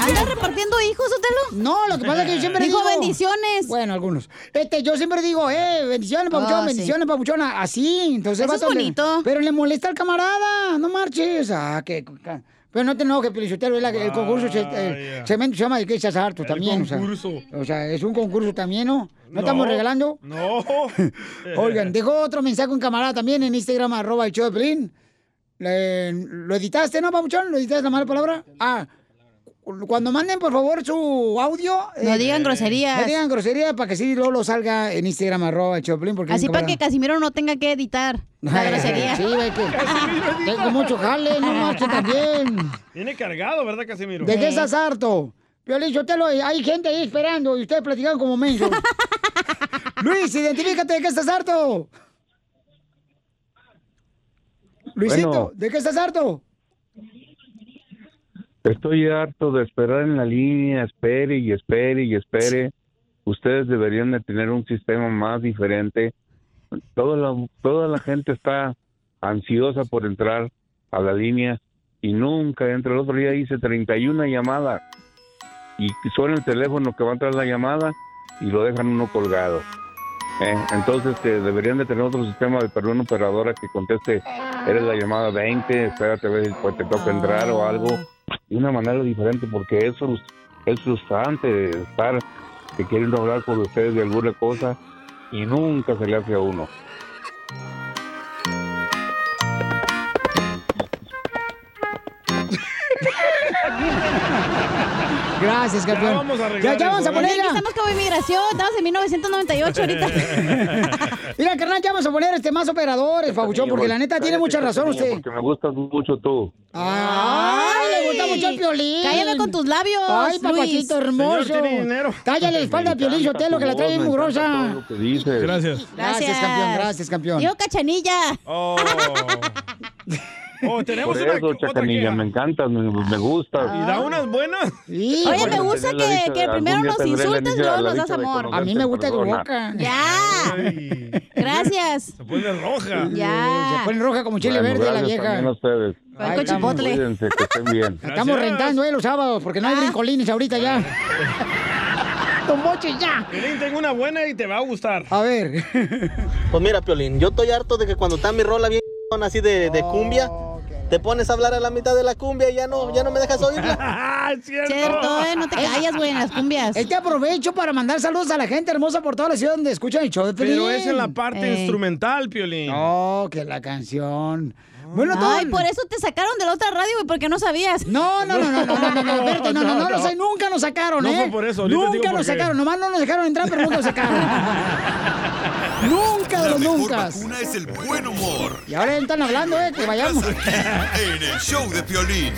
¿Andas repartiendo hijos, Otelo? No, lo que pasa es que yo siempre Dijo digo... bendiciones. Bueno, algunos. Este, yo siempre digo, eh, bendiciones, papuchón, Ah, sí. bendiciones, papuchona. Así, entonces... Eso el es vato le- bonito. pero le molesta al camarada, no marches. Ah, que... ca- Pero no te enojes, Pelichotero, el, el concurso se, el cemento se llama de que estás harto también. o sea. O, sea, es un concurso también, ¿no? ¿No, estamos regalando? No. <laughs> Oigan, dejó otro mensaje un camarada también en Instagram, arroba el show de Pelín. Le- ¿Lo editaste, no, Pabuchón? ¿Lo editaste la mala palabra? Ah, cu- cuando manden, por favor, su audio. eh, No digan groserías. No digan groserías para que sí luego lo salga en Instagram, arroba el show de Pelín, Porque Así un para que camarada- Casimiro no tenga que editar la <laughs> Ay, grosería. Sí, ve <laughs> que tengo mucho jale, <laughs> no marches también. Viene cargado, ¿verdad, Casimiro? ¿De qué estás harto? Piolín, Sotelo, eh, hay gente ahí esperando y ustedes platican <laughs> como mensos. Luis, identifícate, ¿de qué estás harto? Luisito, Bueno. ¿de qué estás harto? Estoy harto de esperar en la línea, espere y espere y espere. Ustedes deberían de tener un sistema más diferente. Toda la, toda la gente está ansiosa por entrar a la línea y nunca entra. El otro día hice 31 llamadas y suena el teléfono que va a entrar la llamada y lo dejan uno colgado. Eh, entonces este, deberían de tener otro sistema de perdón operadora que conteste, eres la llamada 20, espérate a ver si pues, te toca entrar o algo, de una manera diferente, porque es, frus- es frustrante estar que quieren hablar con ustedes de alguna cosa y nunca se le hace <laughs> a uno. Gracias, campeón. vamos a ya, arreglar ya vamos eso, a poner. ¿eh? mira. Estamos como inmigración, estamos en 1998 ahorita. <laughs> Mira, Eh, carnal, ya vamos a poner este más operadores, Fabuchón, porque la neta tiene mucha razón usted. Porque me gustas mucho tú. ¡Ay! Le gusta mucho el piolín. Cállame con tus labios, ¡Ay, Luis. papacito hermoso! Señor, tiene dinero. Cállale <laughs> la espalda a Piolín Sotelo, que la trae Vos, bien me mugrosa. encanta todo lo que dices. Gracias. Gracias, campeón, gracias, campeón. Yo, cachanilla. Oh, tenemos Por una. eso, Chacanilla, me encantas, me, me gustas. ¿Y da unas buenas? Oye, me pues, gusta Tener la que, dicha que de- primero algún día nos tendré la insultes, dicha- luego la nos das dicha de amor. conocerte, perdona. ¡Ya! Gracias. Se pone roja. Ya. Eh, Se pone roja como chile Bueno, verde la gracias vieja. también a ustedes. Ay, cochipotle. Cuídense, que estén bien. <laughs> Estamos rentando, eh, los sábados, porque no hay brincolines ahorita ya. <laughs> Don Moche, ya. Piolín, tengo una buena y te va a gustar. A ver. Oh, Pues mira, Piolín, yo estoy harto de que cuando está mi rola bien así de, de cumbia, Te pones a hablar a la mitad de la cumbia y ya no, ya no me <laughs> dejas oírla. Ah, Cierto. eh, no te callas, güey, en las cumbias. Es que aprovecho para mandar saludos a la gente hermosa por toda la ciudad donde escuchan el show de Piolín. Pero es en la parte Ey. instrumental, Piolín. No, que la canción. Bueno, Ay, por eso te sacaron de la otra radio, güey, porque no sabías. No, no, no, no, no, no, no, no, espérate, no, <laughs> no, no, nos- nunca nos sacaron, No ¿eh? fue por eso, ahorita te Nunca digo por nos qué. sacaron, nomás no nos dejaron entrar, pero nunca <laughs> nos sacaron. nunca de los nunca. Una es el buen humor. Y ahora están hablando, ¿eh? Que vayamos. En el show de Piolín.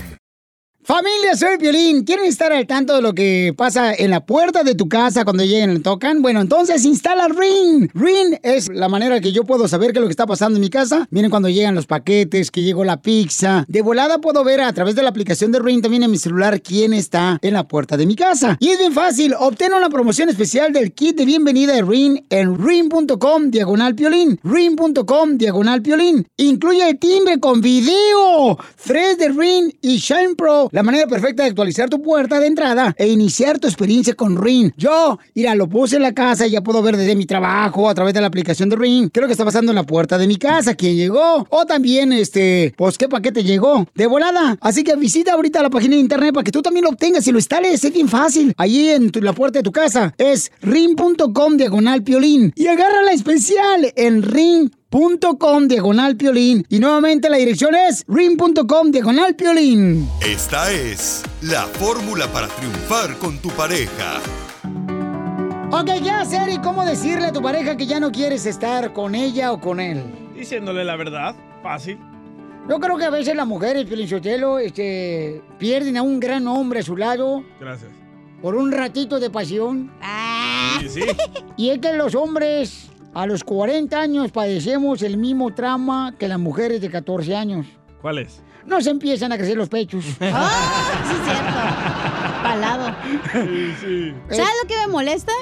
Familia, soy Violín. ¿Quieren estar al tanto de lo que pasa en la puerta de tu casa cuando lleguen y le tocan? Bueno, entonces instala Ring. Ring es la manera que yo puedo saber qué es lo que está pasando en mi casa. Miren cuando llegan los paquetes, que llegó la pizza. De volada puedo ver a través de la aplicación de Ring también en mi celular quién está en la puerta de mi casa. Y es bien fácil. Obtén una promoción especial del kit de bienvenida de Ring en ring.com diagonal piolín. Ring.com diagonal piolín. Incluye el timbre con video. 3 de Ring y Shine Pro. La manera perfecta de actualizar tu puerta de entrada e iniciar tu experiencia con Ring. Yo, mira, lo puse en la casa y ya puedo ver desde mi trabajo a través de la aplicación de Ring. Creo que está pasando en la puerta de mi casa, quién llegó. O también, este, pues qué paquete llegó. De volada. Así que visita ahorita la página de internet para que tú también lo obtengas y lo instales. Es bien fácil. Allí en tu- la puerta de tu casa es ring.com diagonal piolín. Y agarra la especial en ring.com diagonal piolín. Y nuevamente la dirección es ring.com diagonal piolín. Esta es la fórmula para triunfar con tu pareja. Ok, ¿qué hacer y cómo decirle a tu pareja que ya no quieres estar con ella o con él? <laughs> Diciéndole la verdad, fácil. Yo creo que a veces las mujeres, Piolín Sotelo, este, pierden a un gran hombre a su lado Gracias. por un ratito de pasión. Sí, sí. Y es que los hombres a los 40 años padecemos el mismo trauma que las mujeres de 14 años. ¿Cuál es? Nos empiezan a crecer los <laughs> pechos. ¡Ah! Sí, es cierto. Palado. ¿Sabes lo que me molesta?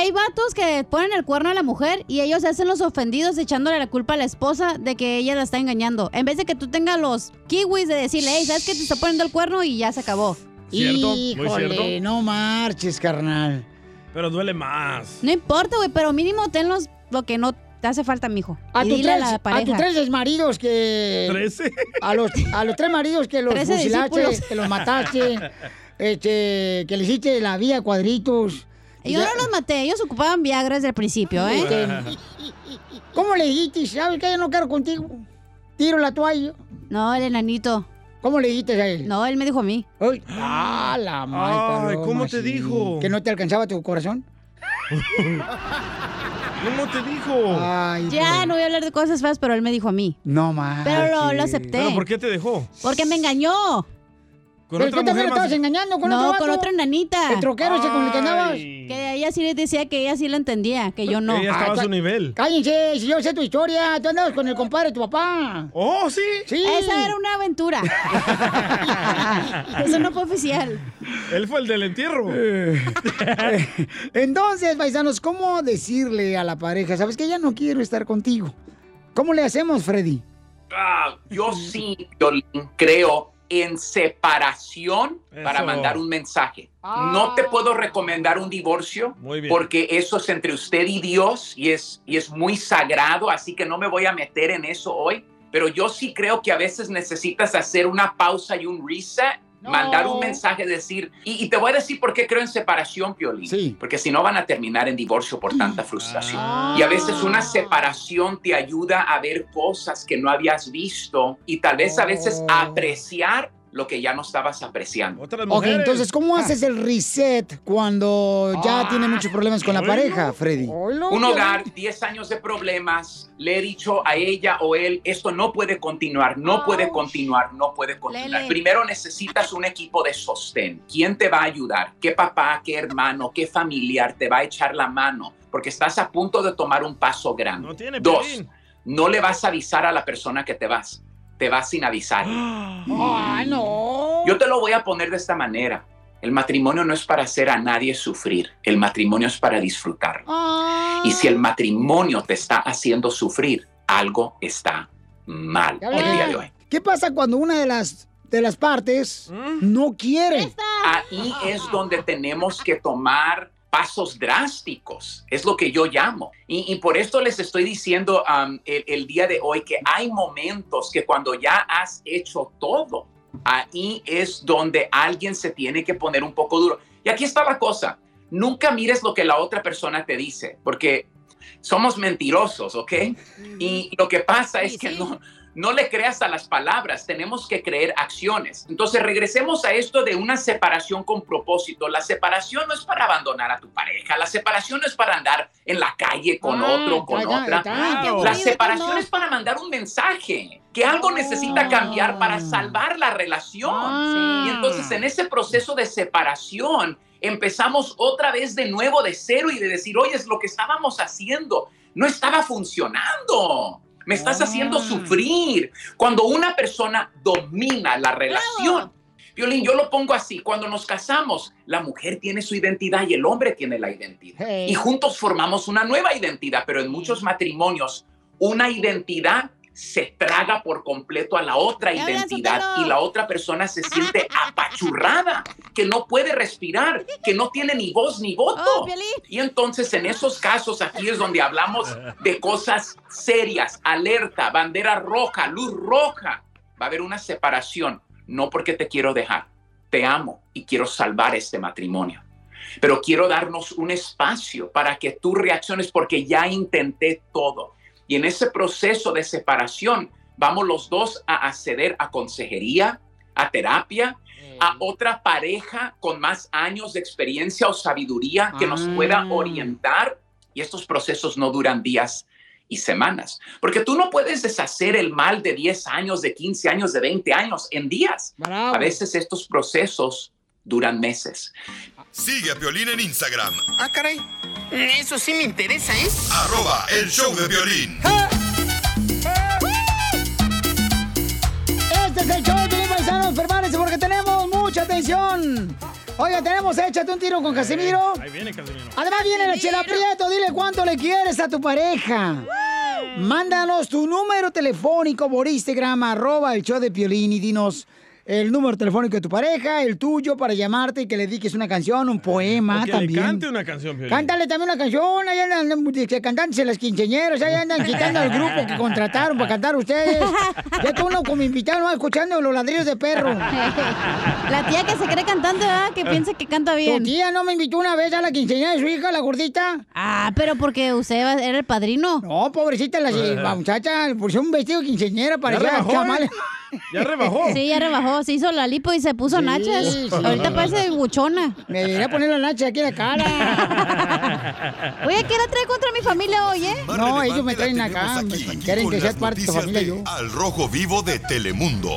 Hay vatos que ponen el cuerno a la mujer y ellos se hacen los ofendidos echándole la culpa a la esposa de que ella la está engañando. En vez de que tú tengas los kiwis de decirle, hey, ¿sabes que te está poniendo el cuerno y ya se acabó? Cierto, muy Híjole, cierto. no marches, carnal. Pero duele más. No importa, güey, pero mínimo ten los, lo que no te hace falta, mijo. A, Y tus dile tres, la a pareja. tus tres maridos que... A los, a los tres maridos que los Trece fusilaste, discípulos. que los mataste, este, que le hiciste la vida a cuadritos. Yo no los maté, ellos ocupaban Viagra desde el principio, ¿eh? Este, ¿Cómo le dijiste? ¿Sabes qué? Yo no quiero contigo. Tiro la toalla. No, el enanito. ¿Cómo le dijiste a él? No, él me dijo a mí. Ay, ah, la madre. Ay, ¿cómo te dijo? ¿Que no te alcanzaba tu corazón? <laughs> ¿Cómo te dijo? Ay, Ya, no voy a hablar de cosas feas, pero él me dijo a mí. No más. Pero lo, lo acepté. ¿Pero por qué te dejó? Porque me engañó. Con otra mujer más. <laughs> engañando con no, otro vato. con otra nanita. El troquero ese con el que andabas. Que de ella sí le decía que ella sí la entendía, que yo no. Ella estaba a Ah, su nivel. Cállense, si yo sé tu historia, tú andabas con el compadre de tu papá. ¡Oh, sí! Sí. Esa era una aventura. <laughs> Eso no fue oficial. Él fue el del entierro. Eh. Entonces, paisanos, ¿cómo decirle a la pareja, sabes que ya no quiero estar contigo? ¿Cómo le hacemos, Freddy? Ah, yo sí, Piolín, creo en separación para Eso. mandar un mensaje. No te puedo recomendar un divorcio bien. porque eso es entre usted y Dios y es, y es muy sagrado, así que no me voy a meter en eso hoy. Pero yo sí creo que a veces necesitas hacer una pausa y un reset, mandar un mensaje, decir, y, y te voy a decir por qué creo en separación, Piolín. Porque si no van a terminar en divorcio por Ah. tanta frustración. Y a veces Ah. una separación te ayuda a ver cosas que no habías visto y tal vez a veces apreciar lo que ya no estabas apreciando. Oh. Ok, entonces, ¿cómo haces el reset cuando ya tiene muchos problemas con la pareja, Freddy? Un hogar, 10 años de problemas, le he dicho a ella o él, esto no puede continuar, no puede continuar, no puede continuar. Lele. Primero necesitas un equipo de sostén. ¿Quién te va a ayudar? ¿Qué papá, qué hermano, qué familiar te va a echar la mano? Porque estás a punto de tomar un paso grande. tiene Dos, Piolín. no le vas a avisar a la persona que te vas. Te vas sin avisar. ¡Ah, no! Yo te lo voy a poner de esta manera. El matrimonio no es para hacer a nadie sufrir. El matrimonio es para disfrutar. Y si el matrimonio te está haciendo sufrir, algo está mal Ya el día de hablé. hoy. ¿Qué pasa cuando una de las, de las partes no quiere? Ahí es donde tenemos que tomar pasos drásticos, es lo que yo llamo. Y, y por esto les estoy diciendo um, el, el día de hoy que hay momentos que cuando ya has hecho todo, ahí es donde alguien se tiene que poner un poco duro. Y aquí está la cosa, nunca mires lo que la otra persona te dice, porque somos mentirosos, ¿ok? Y lo que pasa es que no, no le creas a las palabras, tenemos que creer acciones. Entonces regresemos a esto de una separación con propósito. La separación no es para abandonar a tu pareja, la separación no es para andar en la calle con Ah, otro, con ya, ya, otra. ya, qué La aburrido, separación no. es para mandar un mensaje, que algo necesita cambiar para salvar la relación. Y entonces en ese proceso de separación empezamos otra vez de nuevo de cero y de decir, oye, es lo que estábamos haciendo, no estaba funcionando. Me estás haciendo sufrir. Cuando una persona domina la relación, Violín, yo lo pongo así, cuando nos casamos, la mujer tiene su identidad y el hombre tiene la identidad. Hey. Y juntos formamos una nueva identidad, pero en muchos matrimonios una identidad se traga por completo a la otra Ya habla, identidad Sotelo. y la otra persona se siente apachurrada, que no puede respirar, que no tiene ni voz ni voto. y entonces en esos casos aquí es donde hablamos de cosas serias, alerta, bandera roja, luz roja. Va a haber una separación, no porque te quiero dejar, te amo y quiero salvar este matrimonio pero quiero darnos un espacio para que tú reacciones porque ya intenté todo. Y en ese proceso de separación vamos los dos a acceder a consejería, a terapia, a otra pareja con más años de experiencia o sabiduría que nos pueda orientar. Y estos procesos no duran días y semanas, porque tú no puedes deshacer el mal de 10 años, de 15 años, de 20 años en días. A veces estos procesos duran meses. Sigue a Piolín en Instagram, Ah, caray. Eso sí me interesa, ¿eh? arroba el show de violín. Este es el show de Piolín, Paisanos, prepárense porque tenemos mucha atención. Oiga, tenemos Échate un tiro con Casimiro. Ahí viene Casimiro. Además viene la Chela Prieto, dile cuánto le quieres a tu pareja. Mándanos tu número telefónico por Instagram, arroba el show de Piolín y dinos el número telefónico de tu pareja, el tuyo, para llamarte y que le dediques una canción, un poema O que le también. cante una canción, Piolín. Cántale también una canción, ahí andan que cantándose las quinceñeras, ahí andan quitando al grupo que contrataron para cantar ustedes. Ya que uno como invitado va escuchando los ladrillos de perro. La tía que se cree cantando, ¿verdad? que piensa que canta bien. Tu tía no me invitó una vez a la quinceañera de su hija, la gordita. Ah, pero porque usted era el padrino. No, pobrecita, la, la muchacha, por ser un vestido de quinceañera parecía rebajó, ¿eh? chamal. Ya <laughs> Sí, ya rebajó. Se hizo la lipo y se puso Sí, nachas. sí. Ahorita parece buchona. Me debería poner la nacha aquí en la cara. <laughs> Oye, ¿qué la trae contra mi familia hoy, eh? No, ellos me traen acá. me Quieren Con que sea las parte de tu noticias familia yo. de Al Rojo Vivo de Telemundo.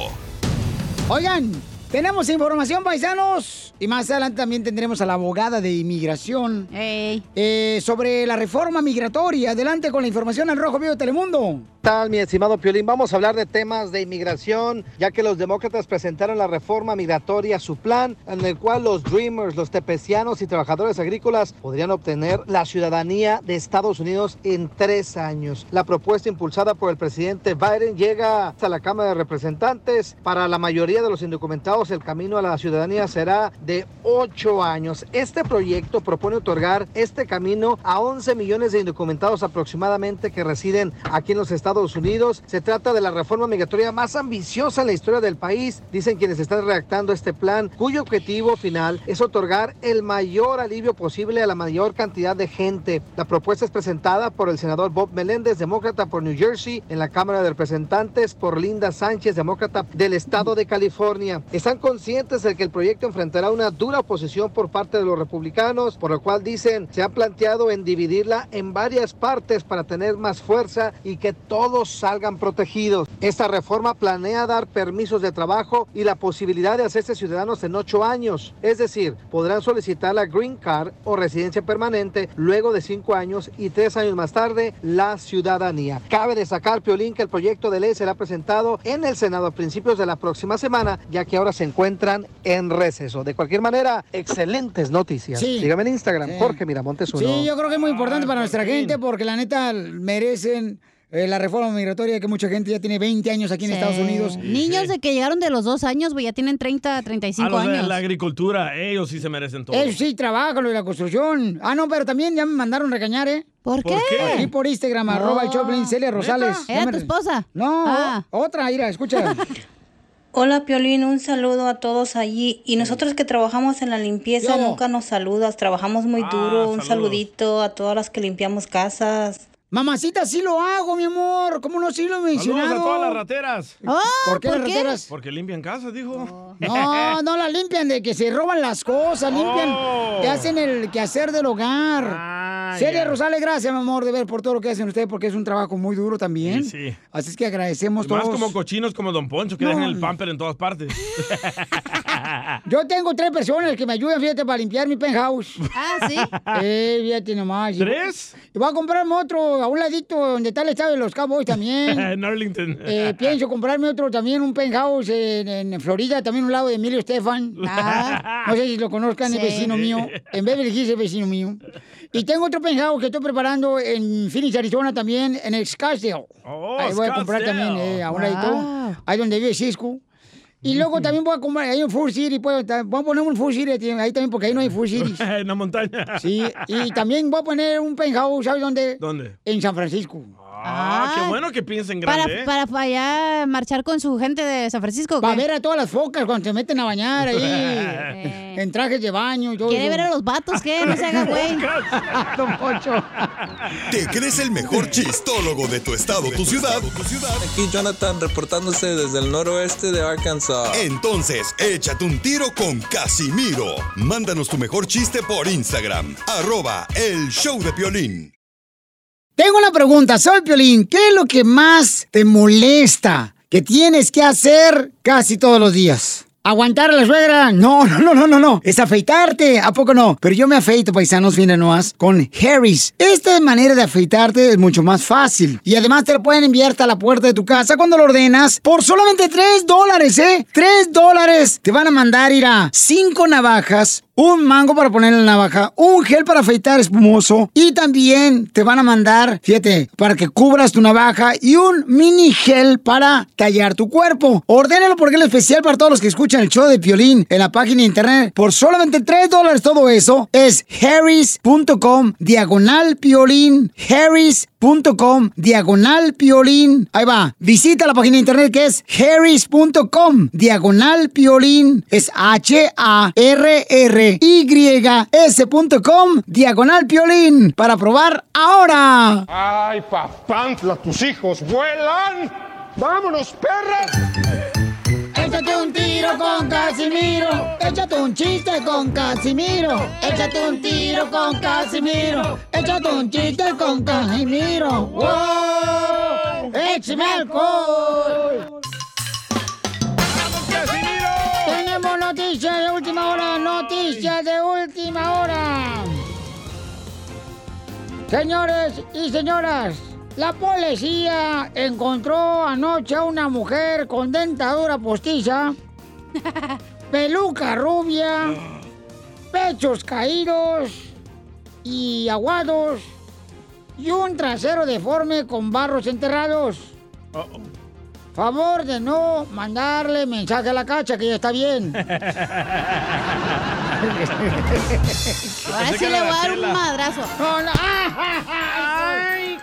Oigan, tenemos información, paisanos. Y más adelante también tendremos a la abogada de inmigración eh, sobre la reforma migratoria. Adelante con la información al Rojo Vivo de Telemundo. ¿Qué tal, mi estimado Piolín? Vamos a hablar de temas de inmigración, ya que los demócratas presentaron la reforma migratoria, su plan, en el cual los Dreamers, los tepecianos y trabajadores agrícolas podrían obtener la ciudadanía de Estados Unidos en tres años. La propuesta impulsada por el presidente Biden llega hasta la Cámara de Representantes. Para la mayoría de los indocumentados, el camino a la ciudadanía será de ocho años. Este proyecto propone otorgar este camino a 11 millones de indocumentados aproximadamente que residen aquí en los Estados Unidos. Se trata de la reforma migratoria más ambiciosa en la historia del país, dicen quienes están redactando este plan, cuyo objetivo final es otorgar el mayor alivio posible a la mayor cantidad de gente. La propuesta es presentada por el senador Bob Meléndez, demócrata por New Jersey, en la Cámara de Representantes por Linda Sánchez, demócrata del estado de California. Están conscientes de que el proyecto enfrentará una dura oposición por parte de los republicanos, por lo cual dicen se ha planteado en dividirla en varias partes para tener más fuerza y que todos salgan protegidos. Esta reforma planea dar permisos de trabajo y la posibilidad de hacerse ciudadanos en ocho años, es decir, podrán solicitar la green card o residencia permanente luego de cinco años y tres años más tarde la ciudadanía. Cabe destacar, Piolín, que el proyecto de ley será presentado en el Senado a principios de la próxima semana, ya que ahora se encuentran en receso. De cualquier manera, excelentes noticias. Sí. Sígame en Instagram, Jorge Miramontes uno. Ah, Sí, yo creo que es muy importante para nuestra gente porque la neta merecen eh, la reforma migratoria que mucha gente ya tiene 20 años aquí en Estados Unidos. Niños de que llegaron de los dos años, güey, ya tienen 30, A 35 Ah, los de años. la agricultura, ellos sí se merecen todo. Él sí trabaja lo de la construcción. Ah, no, pero también ya me mandaron regañar, ¿eh? ¿Por qué? qué? Aquí por Instagram, arroba el Choplin, Celia Rosales. ¿Era Ya me tu re- esposa? No, Ah. otra, Ira, escucha. <laughs> Hola Piolín, un saludo a todos allí. Y nosotros que trabajamos en la limpieza nunca nos saludas, trabajamos muy duro. Un saludos. saludito a todas las que limpiamos casas. Mamacita, sí lo hago, mi amor. ¿Cómo no sí lo he mencionado? Saludos a todas las rateras. Oh, Ah, ¿Por qué ¿por las qué? rateras? Porque limpian casas, <laughs> dijo. No, no la limpian de que se roban las cosas, limpian, Oh. Ah, que hacen el quehacer del hogar. Celia Rosales, gracias, mi amor, de ver por todo lo que hacen ustedes, porque es un trabajo muy duro también. Sí, sí. Así es que agradecemos Más todos. como cochinos como Don Poncho, que No. dejan el pamper en <laughs> todas partes. <laughs> Yo tengo tres personas que me ayudan, fíjate, para limpiar mi penthouse. <laughs> Ah, ¿sí? Eh, fíjate nomás. ¿Tres? Y voy a comprarme otro a un ladito donde está el estado de los Cowboys <laughs> también. en Arlington. Eh, pienso comprarme otro también, un penthouse en, en Florida, también un lado de Emilio Estefan. Ah, No sé si lo conozcan, es Sí. vecino mío. En Beverly Hills es vecino mío. Y tengo otro penthouse que estoy preparando en Phoenix, Arizona también, en el Scottsdale. Ahí voy a comprar Oh, Scottsdale. también eh, a un Wow. ladito. Ahí donde vive Cisco. Y luego también voy a comprar, hay un Full City, puedo, ta- voy a poner un Full City ahí también porque ahí no hay Full <laughs> City. <laughs> en la montaña. Sí, y también voy a poner un penthouse, ¿sabes dónde? ¿Dónde? En San Francisco. Ah, qué bueno que piensen grande. Para, ¿eh? para, para allá marchar con su gente de San Francisco. Va a ver a todas las focas cuando se meten a bañar <laughs> ahí, en trajes de baño. y todo ¿Quiere eso. ver a los vatos que no se haga güey. Don Poncho. ¿Te crees el mejor chistólogo de tu estado, tu ciudad? Aquí Jonathan reportándose desde el noroeste de Arkansas. Entonces, échate un tiro con Casimiro. Mándanos tu mejor chiste por Instagram, arroba el show de Piolín. Tengo una pregunta, soy Piolín. ¿Qué es lo que más te molesta que tienes que hacer casi todos los días? ¿Aguantar a la suegra? No, no, no, no, no, no. Es afeitarte. ¿A poco no? Pero yo me afeito, paisanos, vienen nomás, con Harry's. Esta manera de afeitarte es mucho más fácil. Y además te lo pueden enviar hasta la puerta de tu casa cuando lo ordenas por solamente 3 dólares, ¿eh? 3 dólares. Te van a mandar ir a 5 navajas, un mango para poner en la navaja, un gel para afeitar espumoso y también te van a mandar, fíjate, para que cubras tu navaja y un mini gel para tallar tu cuerpo. Ordénalo porque es especial para todos los que escuchan el show de Piolín en la página de internet por solamente 3 dólares todo eso. Es harris.com diagonal piolín, harris.com diagonal piolín. Ahí va, visita la página de internet que es harris.com diagonal piolín. Es H-A-R-R-Y-S.com diagonal piolín para probar ahora. ¡Ay, papantla, tus hijos vuelan! ¡Vámonos, perras! Échate un tiro con Casimiro. Échate un chiste <laughs> con Casimiro. Échate un tiro con Casimiro. Échate un chiste con Casimiro. ¡Wow! ¡Échame alcohol! Tenemos noticias de última hora, noticias de última hora. Señores y señoras, la policía encontró anoche a una mujer con dentadura postiza, peluca rubia, pechos caídos y aguados y un trasero deforme con barros enterrados. Favor de no mandarle mensaje a la cacha que ya está bien. Ahora sí le voy a dar un madrazo. No, no. ¡Ay,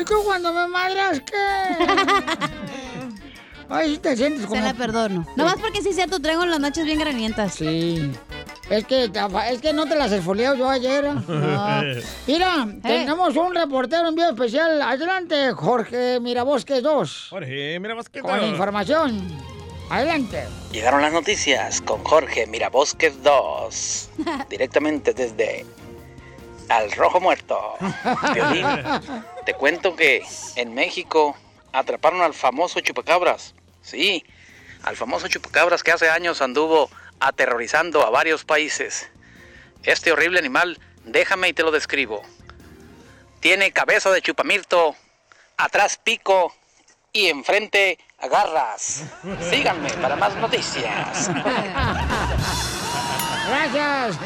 ¿Y tú cuando me <laughs> madras qué? Ay, sí te sientes como... Se la perdono. Nomás porque sí es cierto, traigo las noches bien granientas. Sí. Es que, es que no te las esfolié yo ayer. ¿eh? Mira, Eh. tenemos un reportero en vivo especial. Adelante, Jorge Mirabosque 2. Jorge, mira más que Con información. Adelante. Llegaron las noticias con Jorge Mirabosques <laughs> 2, directamente desde Al Rojo <laughs> Muerto. Violín, te cuento que en México atraparon al famoso chupacabras. Sí, al famoso chupacabras que hace años anduvo aterrorizando a varios países. Este horrible animal, déjame y te lo describo. Tiene cabeza de chupamirto, atrás pico y enfrente agarras. Síganme para más noticias. Gracias.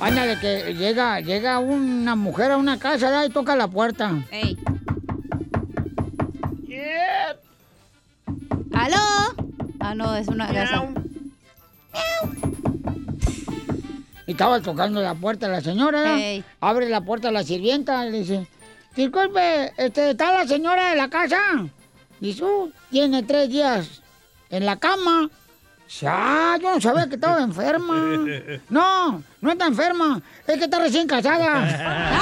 Ándale, que llega, llega una mujer a una casa ¿verdad? y toca la puerta. Ey. ¿Aló? Ah, no, es una casa. Y estaba tocando la puerta la señora. ¿verdad? Ey. Abre la puerta la sirvienta, le dice, disculpe, este, ¿está la señora de la casa? Dice, "Uh, tiene tres días en la cama. Ya, yo no sabía que estaba enferma. No, no está enferma, es que está recién casada.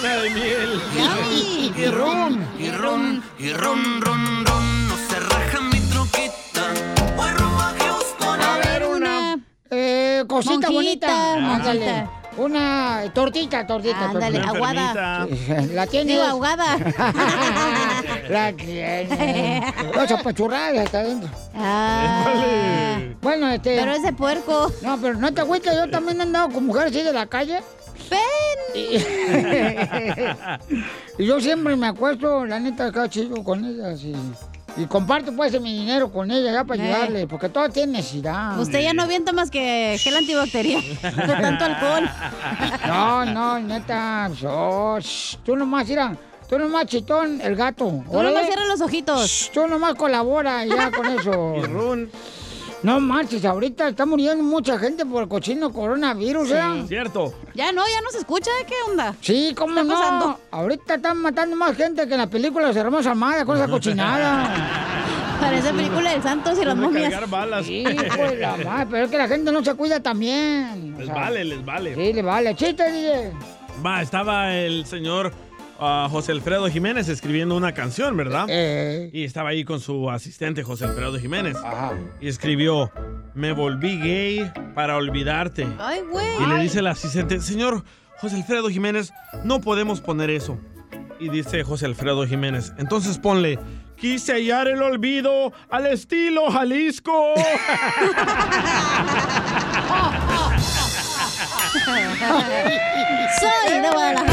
Una de miel. Yummy. Y ron, y ron, y ron, ron, ron. No se raja mi troquita. Voy rumbo a Houston. A ver, una eh, Monjita, cosita bonita. monjita. Ándale. Una tortita, tortita. Ándale, tortita. aguada. La tiene. Digo, ahogada. <laughs> La tiene. Los apachurradas hasta adentro. Bueno, este. Ah. Pero ese puerco. No, pero no te agüites, yo también he andado con mujeres así de la calle. <laughs> <laughs> Y yo siempre me acuesto, la neta, acá chido con ellas y. y comparto pues mi dinero con ellas ya para Eh. ayudarle, porque todas tienen necesidad. Usted ya no avienta más que gel antibacterial. de tanto alcohol. <laughs> No, no, neta. oh, shh, tú nomás, mira. Tú nomás, chitón, el gato. Tú nomás cierra los ojitos. Shh, tú nomás colabora <laughs> ya con eso. No marches, ahorita está muriendo mucha gente por el cochino coronavirus, ¿eh? Cierto. Ya no, ya no se escucha. ¿eh? ¿Qué onda? Sí, ¿cómo ¿Qué está no? pasando? Ahorita están matando más gente que en las películas de los hermanos Armada, cosa cochinada. <laughs> Parece película del Santos y las momias. Recargar balas. Sí, pues <laughs> la madre, pero es que la gente no se cuida también. Les vale, les vale. Sí, le vale. Chiste, DJ. Va, estaba el señor ah, José Alfredo Jiménez escribiendo una canción, ¿verdad? Eh, Y estaba ahí con su asistente José Alfredo Jiménez. Y escribió, me volví gay para olvidarte. <laughs> Ay, güey. Y le dice el asistente, señor José Alfredo Jiménez, no podemos poner eso. Y dice José Alfredo Jiménez, entonces ponle, quise hallar el olvido al <laughs> estilo Jalisco. Soy de Guadalajara.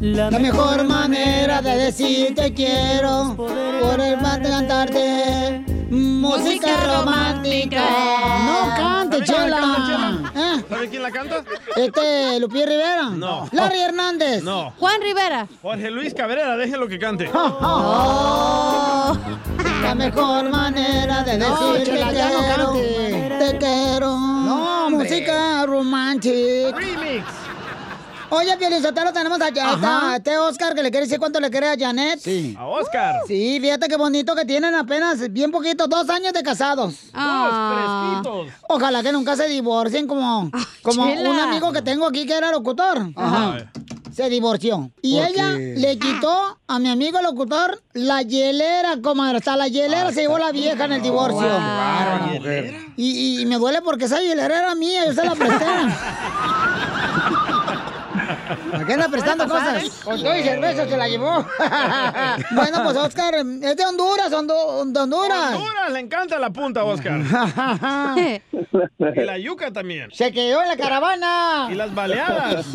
La mejor manera de decir te quiero por el más de cantarte música romántica. No cante, chela. ¿Eh? ¿Sabe quién la canta? Este, Lupi Rivera. No. Larry Hernández. No. Juan Rivera. Jorge Luis Cabrera, déjenlo <laughs> que cante. La mejor manera de decir No, te chela, ya no quiero. te quiero. No, hombre. música romántica. Remix. Oye, Pielizotero, tenemos a, a- Ajá. a este Oscar que le quiere decir cuánto le quiere a Janet. Sí. A Oscar. Sí, fíjate qué bonito que tienen apenas bien poquito, dos años de casados. Ah. fresquitos. Ojalá que nunca se divorcien como, como chela. un amigo que tengo aquí que era locutor. Ajá. Se divorció. Y ¿Por ella qué? le quitó a mi amigo locutor la hielera, comadre. Hasta la hielera se llevó la vieja en el divorcio. Y, y- y me duele porque esa hielera era mía, yo se la presté. ¿A qué anda prestando Puede pasar, cosas? ¿eh? Con todo y cerveza se la llevó. <laughs> bueno, pues Oscar, es de Honduras, Hondo- de Honduras. Honduras, le encanta la <laughs> <laughs> punta, Oscar. y la yuca también. Se quedó en la Eh, caravana. Y las baleadas.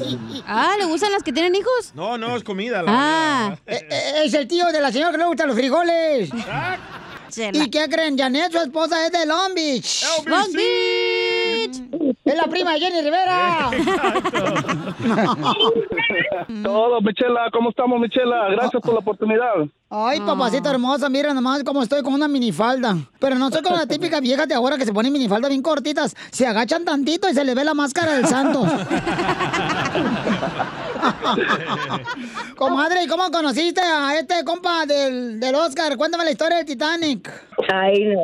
Ah, ¿le gustan las que tienen hijos? No, no, es comida. La Ah. eh, Es el tío de la señora que le gustan los frijoles. Chela. ¿Y qué creen? Janet, su esposa, es de Long Beach. Long Beach. Es la prima de Jenny Rivera. Todo, Michela, ¿cómo estamos, Michela? Gracias por la oportunidad. <laughs> Ay, papacita hermosa, mira nomás cómo estoy con una minifalda. Pero no soy como la típica vieja de ahora que se pone minifalda bien cortitas. Se agachan tantito y se le ve la máscara del Santos. Comadre, ¿y cómo conociste a este compa del, del Oscar? Cuéntame la historia del Titanic. <laughs> Ay, no.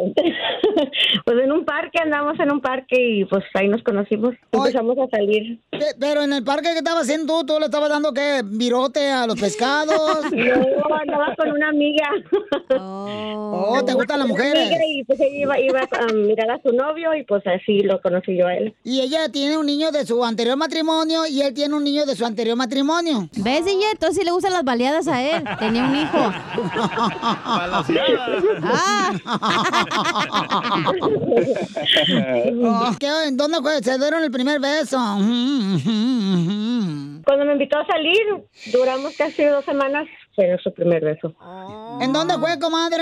pues en un parque, andamos en un parque y pues ahí nos conocimos. Empezamos a salir. Pe- Pero en el parque que estabas haciendo tú, tú le estabas dando qué, virote a los pescados. <laughs> No, andaba con una amiga. Oh, ¿te gustan las mujeres? Amiga, Y pues ella iba, iba a mirar a su novio y pues así lo conocí yo a él. Y ella tiene un niño de su anterior matrimonio y él tiene un niño de su anterior matrimonio. ¿Ves, DJ? Entonces sí le gustan las baleadas a él. Tenía un hijo. Oh, ¿qué- ¿En dónde fue? se dieron el primer beso? Mm. Cuando me invitó a salir, duramos casi dos semanas. Fue nuestro primer beso. Ah. ¿En dónde fue, comadre?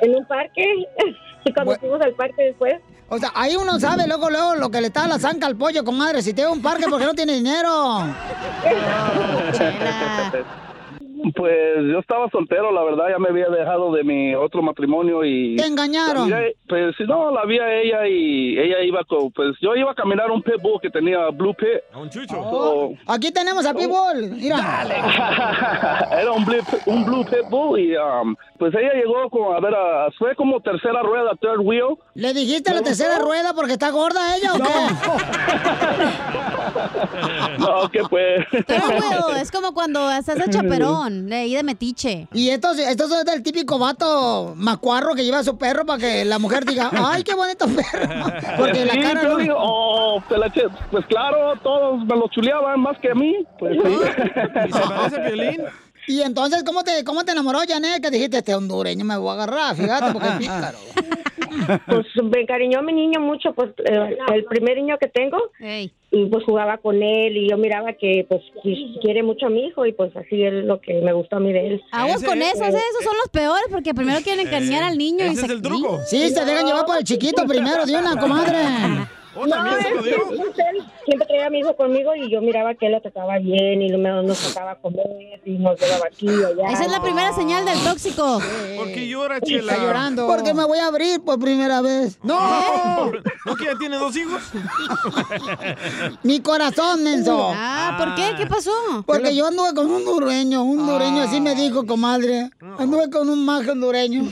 En un parque. <laughs> Y cuando fuimos al parque después. O sea, ahí uno sabe luego, luego lo que le está la zanca al pollo, comadre. Si te va a un parque porque no tiene dinero. Pues yo estaba soltero, la verdad, ya me había dejado de mi otro matrimonio y... Te engañaron. La miré, pues sí, no, la vi a ella y ella iba con... Pues yo iba a caminar un pitbull que tenía Blue Pit. un chucho. Aquí tenemos Oh. a Pitbull. Mira. Era un blue, un blue pitbull y um, pues ella llegó con, a ver, a- fue como tercera rueda, <laughs> third wheel. <laughs> ¿Le dijiste la tercera rueda porque está gorda ella o qué? No, que pues... Pero es como cuando estás de chaperón, de ahí de metiche. Y estos, estos son del típico vato macuarro que lleva a su perro para que la mujer diga, ay, qué bonito perro. Porque la Sí, cara yo no- digo, oh, te la che- pues claro, todos me lo chuleaban más que a mí. Pues, sí. Y entonces, ¿cómo te, cómo te enamoró, Janet? Que dijiste, este hondureño me voy a agarrar, fíjate, <laughs> porque es pícaro. Pues me encariñó mi niño mucho, pues eh, el primer niño que tengo. Y pues jugaba con él y yo miraba que pues qui- quiere mucho a mi hijo y pues así es lo que me gustó a mí de él. Aguas con esos, ¿eh? esos son los peores porque primero quieren engañar al niño y se Sí, se dejan llevar por el chiquito primero de una, comadre. Oh, No, es que él siempre traía a mi hijo conmigo y yo miraba que él lo trataba bien y lo- nos trataba a comer y nos llevaba aquí y allá. Esa es la primera señal del tóxico. ¿Por qué llora, Está Chela? llorando. Porque me voy a abrir por primera vez. ¿Eh? ¡No! ¿No que ya tiene dos hijos? <laughs> Mi corazón, menso. Ah, ¿por qué? ¿Qué pasó? Uh. Porque yo anduve con un hondureño, un hondureño, así me dijo, comadre. Anduve con un mago hondureño.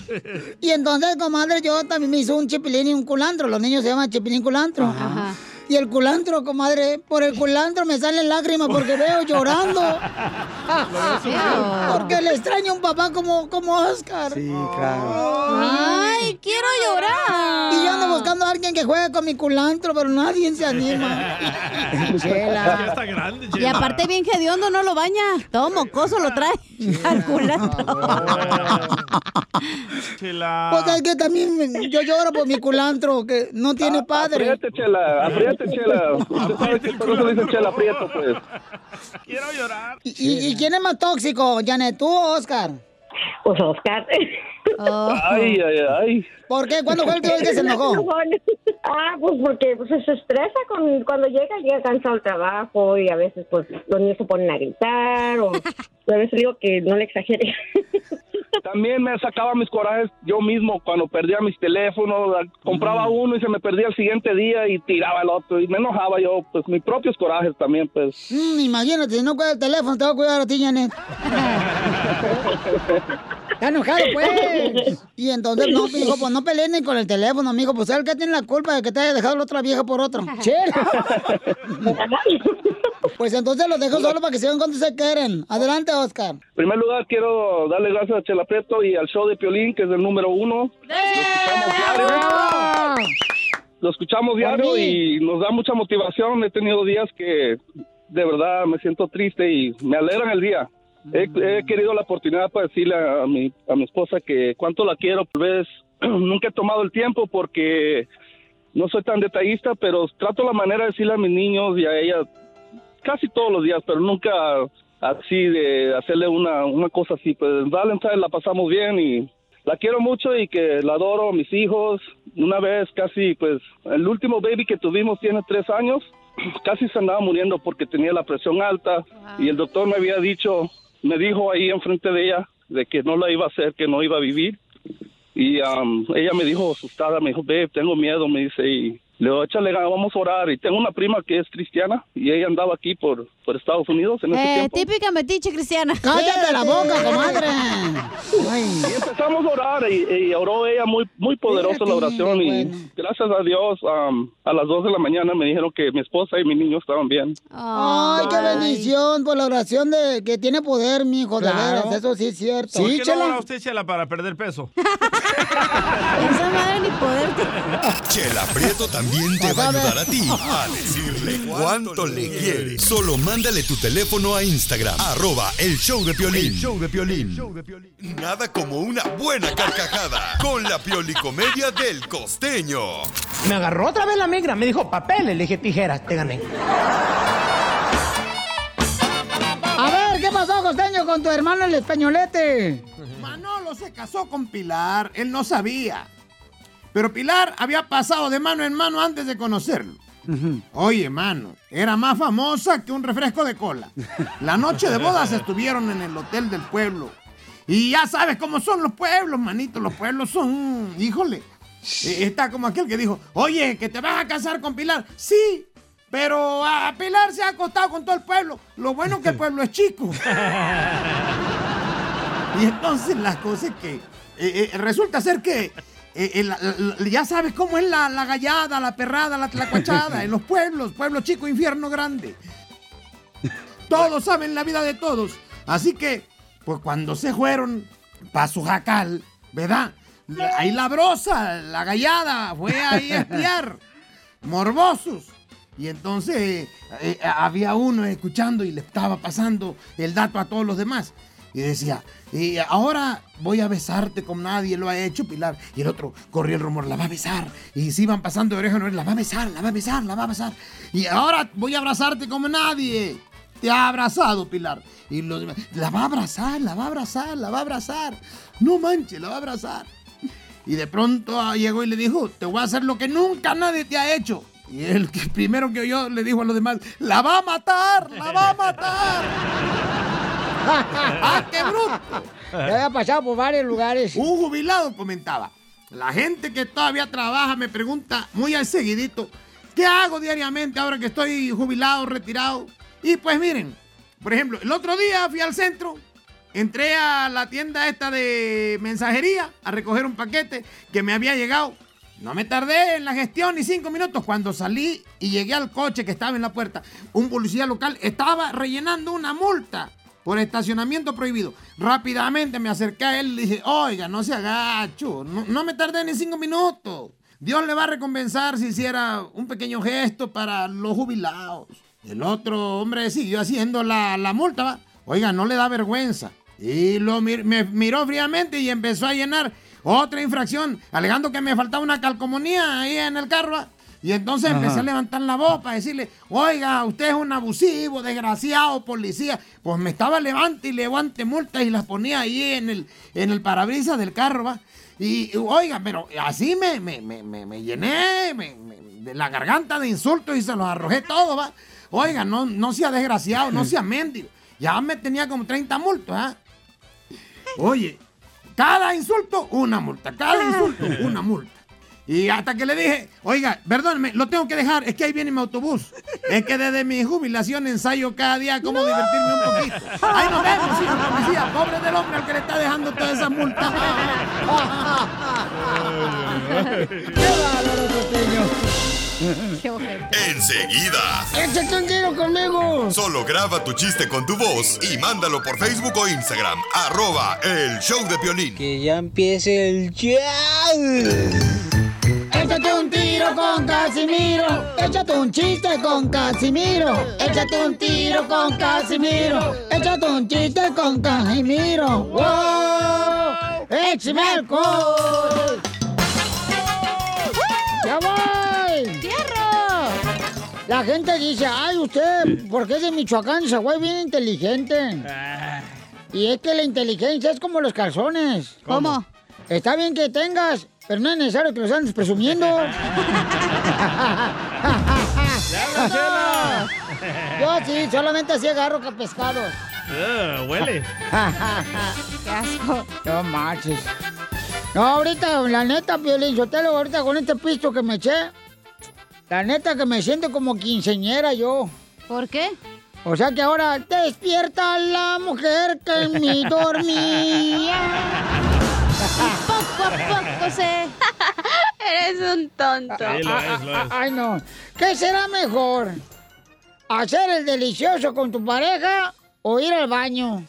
Y entonces, comadre, yo también me hizo un chipilín y un culantro. Los niños se llaman chipilín culantro. Y el culantro, comadre, por el culantro me salen lágrimas porque veo <laughs> llorando. porque le extraño a un papá como, como Oscar. Sí, claro. Ay, quiero llorar. Y yo ando buscando a alguien que juegue con mi culantro, pero nadie se anima. Chela. Ya está grande, Y Chela. aparte bien hediondo no lo baña. Todo mocoso lo trae. Al culantro. Chela. Pues es que también me- yo lloro por mi culantro, que no tiene padre. Apriete, chela, apriete, chela. Usted sabe que por eso le dicen chela, aprieto, pues. ¿Y, y- y quién es más tóxico, Janet, tú o Oscar? Pues Oscar. Ay, ay, ay. ¿Por qué? ¿Cuándo fue el última vez que se <laughs> enojó? Ah, pues porque pues, se estresa con, cuando llega, llega cansado al trabajo y a veces pues los niños se ponen a gritar o a veces digo que no le exagere. También me sacaba mis corajes yo mismo cuando perdía mis teléfonos. la- Compraba uno y se me perdía el siguiente día y tiraba el otro. Y me enojaba yo, pues mis propios corajes también, pues. Mm, imagínate, si no cuida el teléfono, te va a cuidar a ti, <laughs> Janet. Está enojado, <laughs> pues. Y entonces, no, mijo, pues no peleen ni con el teléfono, mijo. Pues él que tiene la culpa de que te haya dejado la otra vieja por <laughs> otro. Chela. Pues entonces los dejo solo para que sigan cuando se quieren. Adelante, Oscar. En primer lugar, quiero darle gracias a Chela Prieto y al show de Piolín, que es el número uno. Lo escuchamos diario y nos da mucha motivación. He tenido días que de verdad me siento triste y me alegran el día. He, he querido la oportunidad para decirle a mi, a mi esposa que cuánto la quiero. Tal vez <clears throat> nunca he tomado el tiempo porque no soy tan detallista, pero trato la manera de decirle a mis niños y a ella casi todos los días, pero nunca así de hacerle una, una cosa así. Pues en Valentine's la pasamos bien y la quiero mucho y que la adoro, mis hijos. Una vez casi, pues el último baby que tuvimos tiene tres años, <clears throat> casi se andaba muriendo porque tenía la presión alta y el doctor me había dicho, me dijo ahí enfrente de ella de que no la iba a hacer, que um, no iba a vivir. Y am, ella me dijo asustada, me dijo, babe, tengo miedo, me dice, y Le digo, échale, ganas, vamos a orar. Y tengo una prima que es cristiana y ella andaba aquí por, por Estados Unidos en ese Eh, tiempo. típica metiche cristiana. ¡Cállate la boca, comadre! Y empezamos a orar y, y oró ella muy muy poderosa la oración y gracias a Dios am, a las 2 de la mañana me dijeron que mi esposa y mi niño estaban bien. Ay, qué bendición por la oración de que tiene poder, mi hijo. Claro. Eso sí es cierto. ¿Por Sí, qué no chela. ora usted, Chela, para perder peso? <laughs> Esa madre ni poder Chela Prieto también te va a ayudar a ti <laughs> a decirle cuánto le quiere. Solo mándale tu teléfono a Instagram, arroba el show de Piolín. El show de Nada como una buena carcajada con la piolicomedia del costeño. Me agarró otra vez la migra, me dijo papeles, le dije tijeras, te gané. A ver, ¿qué pasó, costeño, con tu hermano el españolete? Manolo se casó con Pilar, él no sabía. Pero Pilar había pasado de mano en mano antes de conocerlo. Oye, mano, era más famosa que un refresco de cola. La noche de bodas estuvieron en el hotel del pueblo. Y ya sabes cómo son los pueblos, manito. Los pueblos son, híjole. Eh, Está como aquel que dijo, oye, que te vas a casar con Pilar. Sí, pero a Pilar se ha acostado con todo el pueblo. Lo bueno es que el pueblo es chico. Y entonces la cosa es que eh, eh, resulta ser que eh, eh, la- la- la- ya sabes cómo es la, la gallada, la perrada, la tlacuachada en los pueblos, pueblo chico, infierno grande. Todos saben la vida de todos. Así que, pues cuando se fueron para su jacal, ¿verdad? La- Ahí la brosa, la gallada, fue ahí a espiar. Morbosos. Y entonces eh, eh, había uno escuchando y le estaba pasando el dato a todos los demás. Y decía, y ahora voy a besarte como nadie lo ha hecho, Pilar. Y el otro corrió el rumor, la va a besar. Y si iban pasando de oreja en oreja, la va a besar, la va a besar, la va a besar. Y ahora voy a abrazarte como nadie. Te ha abrazado, Pilar. Y los demás, la va a abrazar, la va a abrazar, la va a abrazar. No manches, la va a abrazar. Y de pronto ah, llegó y le dijo, te voy a hacer lo que nunca nadie te ha hecho. Y el que <laughs> primero que oyó le dijo a los demás, la va a matar, la va a matar. <laughs> ¡Ah, qué bruto! Ya había pasado por varios lugares. Un jubilado comentaba, la gente que todavía trabaja me pregunta muy al seguidito, ¿qué hago diariamente ahora que estoy jubilado, retirado? Y pues miren, por ejemplo, el otro día fui al centro, entré a la tienda esta de mensajería a recoger un paquete que me había llegado. No me tardé en la gestión ni cinco minutos. Cuando salí y llegué al coche que estaba en la puerta, un policía local estaba rellenando una multa por estacionamiento prohibido. Rápidamente me acerqué a él y le dije, oiga, no se agacho, no, no me tardé ni cinco minutos. Dios le va a recompensar si hiciera un pequeño gesto para los jubilados. El otro hombre siguió haciendo la, la multa, ¿va? Oiga, no le da vergüenza. Y lo mir- me miró fríamente y empezó a llenar otra infracción, alegando que me faltaba una calcomanía ahí en el carro. ¿va? Y entonces empecé Ajá. a levantar la voz para decirle, oiga, usted es un abusivo, desgraciado, policía. Pues me estaba levante y levante multas y las ponía ahí en el, en el parabrisas del carro, ¿va? Y, oiga, pero así me, me, me, me, me llené me- me- de la garganta de insultos y se los arrojé todo, ¿va? Oiga, no, no sea desgraciado, no sea mendigo. Ya me tenía como 30 multas, ¿ah? Oye, cada insulto, una multa. Cada insulto, una multa. Y hasta que le dije, oiga, perdóneme, lo tengo que dejar, es que ahí viene mi autobús. Es que desde mi jubilación ensayo cada día cómo divertirme un poquito. Ahí nos vemos, señor policía. Pobre del hombre al que le está dejando todas esas multas. Enseguida. ¡Échate un tiro conmigo! Solo graba tu chiste con tu voz y mándalo por Facebook o Instagram, arroba el show de Piolín. Que ya empiece el Échate un tiro con Casimiro. Échate un chiste con Casimiro. Échate un tiro con Casimiro. Échate un chiste con Casimiro. ¡Wow! ¡Échame alcohol! ¡Ya voy! ¡Cierro! La gente dice, ay, usted, porque es de Michoacán, ese güey bien inteligente. Y es que la inteligencia es como los calzones. ¿Cómo? Está bien que tengas, pero no es necesario que los andes presumiendo. <laughs> Yo sí, solamente así agarro ca- pescados. Eh, huele. ¡Qué asco! <laughs> No marches. No, ahorita, la neta, Piolín, yo te lo ahorita con este pisto que me eché. La neta que me siento como quinceñera yo. ¿Por qué? O sea que ahora despierta la mujer que <laughs> en mí dormía. Poco a poco se... <laughs> Eres un tonto. Sí, lo es, lo es. Ay, no. ¿Qué será mejor? ¿Hacer el delicioso con tu pareja o ir al baño?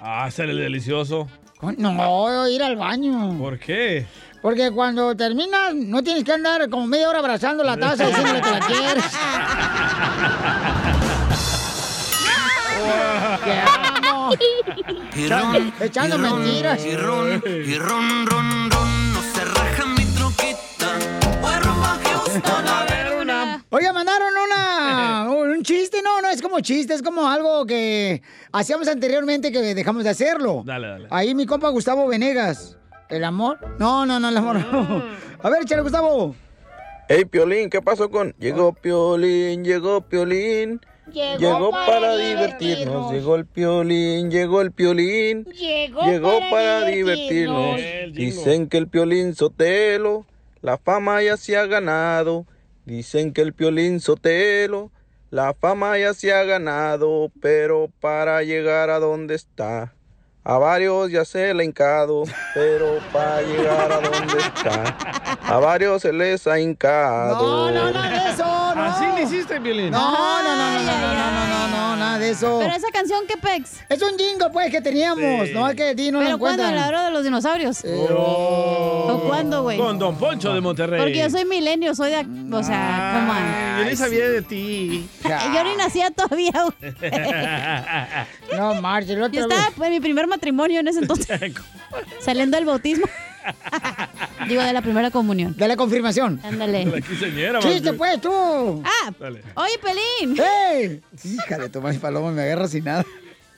Ah, hacer el delicioso. No, ir al baño. ¿Por qué? Porque cuando terminas, no tienes que andar como media hora abrazando la taza diciéndole que la quieres. Te amo. Y Echa- ron, Echando y ron, mentiras. Y ron, y ron, ron, ron, no se raja mi troquita. Voy rumbo a Houston a ver una. Oiga, mandaron una un chiste, no, no es como chiste, es como algo que hacíamos anteriormente que dejamos de hacerlo. Dale, dale. Ahí mi compa Gustavo Venegas. ¿El amor? No, no, no, el amor <laughs> no. Mm. A ver, échale, Gustavo. ¿Ah? Hey, Piolín, ¿qué pasó con...? Llegó Piolín, llegó Piolín. Llegó Llegó para para divertirnos. Llegó el Piolín, llegó el Piolín. Llegó, para, divertirnos. Dicen que el Piolín Sotelo la fama ya se ha ganado. Dicen que el Piolín Sotelo la fama ya se ha ganado, pero para llegar a donde está a varios ya se le ha hincado, pero para llegar a donde está, a varios se les ha hincado. eso, no. Así le hiciste, Violín. No, no, no, no, no, no, no, no, no, nada de eso. Pero esa canción, ¿qué pex? Es un jingo, pues, que teníamos. Sí. No, es que di no lo ¿Pero cuándo? encuentran. ¿La hora de los dinosaurios? ¿O cuándo, güey? Con Don Poncho de Monterrey. Porque yo soy milenio, soy de... Mm. O sea, come on. Yo ni sabía de <laughs> ti. Yo ni nacía todavía, güey. No, Marge, el Yo estaba en mi primer matrimonio en ese entonces. <laughs> Saliendo del bautismo. Digo, de la primera comunión. De la confirmación. La Ándale. quinceañera, Chiste, más- pues, tú. Ah, Dale. oye, Pelín. ¡Ey! Híjale, toma mi paloma, me agarra sin nada.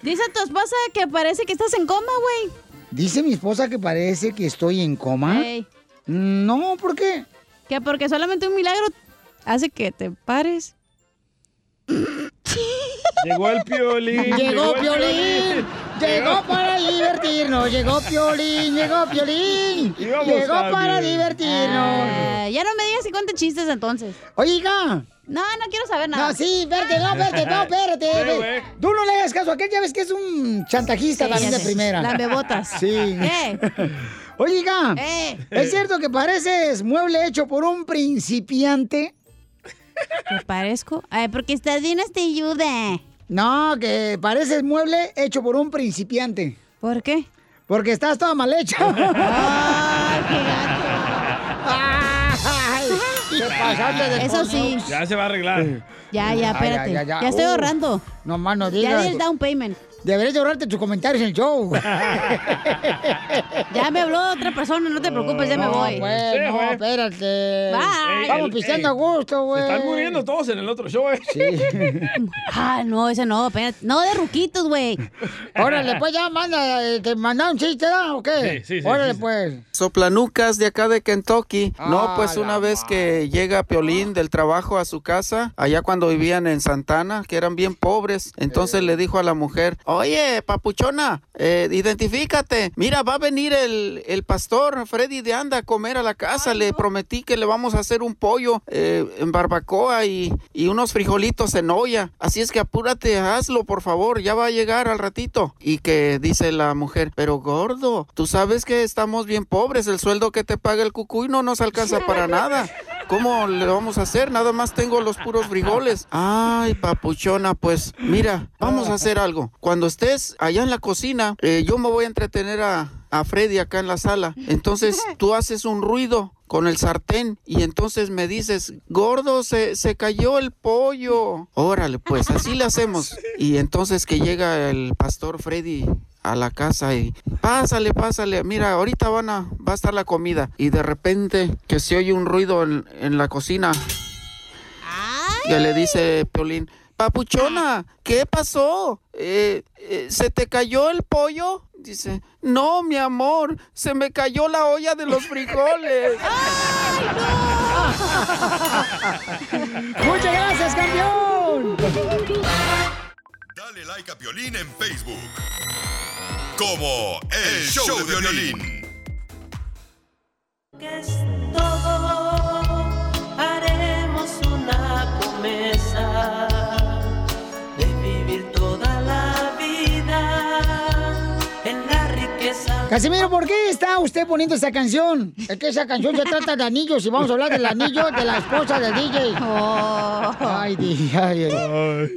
Dice tu esposa que parece que estás en coma, güey. Dice mi esposa que parece que estoy en coma. Ey. No, ¿por qué? Que porque solamente un milagro hace que te pares. Llegó el <laughs> Piolín. Llegó el Piolín, llegó para divertirnos, llegó Piolín, llegó Piolín, Íbamos llegó a para bien. divertirnos. Ah, ya no me digas si cuentes chistes entonces. Oiga. No, no quiero saber nada. Ah. No, sí, verte, no, verte, no, <laughs> Sí, espérate. güey. Tú no le hagas caso, aquel ya ves que es un chantajista Sí, también ya de sé. primera. Lambebotas. Sí. <laughs> Eh. Oiga, Eh. ¿es cierto que pareces mueble hecho por un principiante? ¿Me parezco? Ay, porque estás bien hasta ayuda. No, que pareces mueble hecho por un principiante. ¿Por qué? Porque estás toda mal <laughs> hecha. <laughs> Ay, te pasaste de Eso sí. Ya se va a arreglar. Ya, ya, Ay, espérate. Ah, ya, Ya, ya, ya. estoy Uh. ahorrando. No más no Ya digas. di el down payment. Deberías de ahorrarte tus comentarios en <laughs> el show. Pues Ya me habló otra persona, no te preocupes, ya me No, voey. güey, no, espérate. Bye. Vamos El- pisteando a el- gusto, Se güey. están muriendo todos en el otro show, ¿eh? Ah, no, ese no, espérate. No, de ruquitos, güey. Órale, pues ya manda, eh, te mandaron chiste, ¿da? ¿O qué? Sí, sí, sí, Órale, sí, sí. pues. Soplanucas de acá de Kentucky. Ah, no, pues una vez que llega Piolín del trabajo a su casa, allá cuando vivían en Santana, que eran bien pobres, entonces le dijo a la mujer, oye, papuchona, eh, identifícate, mira, va a venir el, el pastor Freddy de Anda a comer a la casa, le prometí que le vamos a hacer un pollo eh, en barbacoa y, y unos frijolitos en olla, así es que apúrate, hazlo, por favor, ya va a llegar al ratito. Y que dice la mujer, pero gordo, tú sabes que estamos bien pobres, el sueldo que te paga el cucuy no nos alcanza para nada. ¿Cómo le vamos a hacer? Nada más tengo los puros frijoles. Ay, papuchona, pues mira, vamos a hacer algo. Cuando estés allá en la cocina, eh, yo me voy a entretener a, a Freddy acá en la sala. Entonces tú haces un ruido con el sartén y entonces me dices, gordo, se, se cayó el pollo. Órale, pues así le hacemos. Y entonces que llega el pastor Freddy a la casa y pásale, pásale, mira, ahorita van a, va a estar la comida. Y de repente que se oye un ruido en, en la cocina. Que le dice Piolín, papuchona, ¿qué pasó? Eh, eh, ¿Se te cayó el pollo? Dice, no, mi amor, se me cayó la olla de los frijoles. ¡Muchas gracias, campeón! Dale like a Piolín en Facebook. Como el, show, de violín. Haremos un Casimiro, ¿por qué está usted poniendo esa canción? Es que esa canción se trata de anillos y vamos a hablar del anillo de la esposa del DJ. Oh. Ay, di- ay, ay.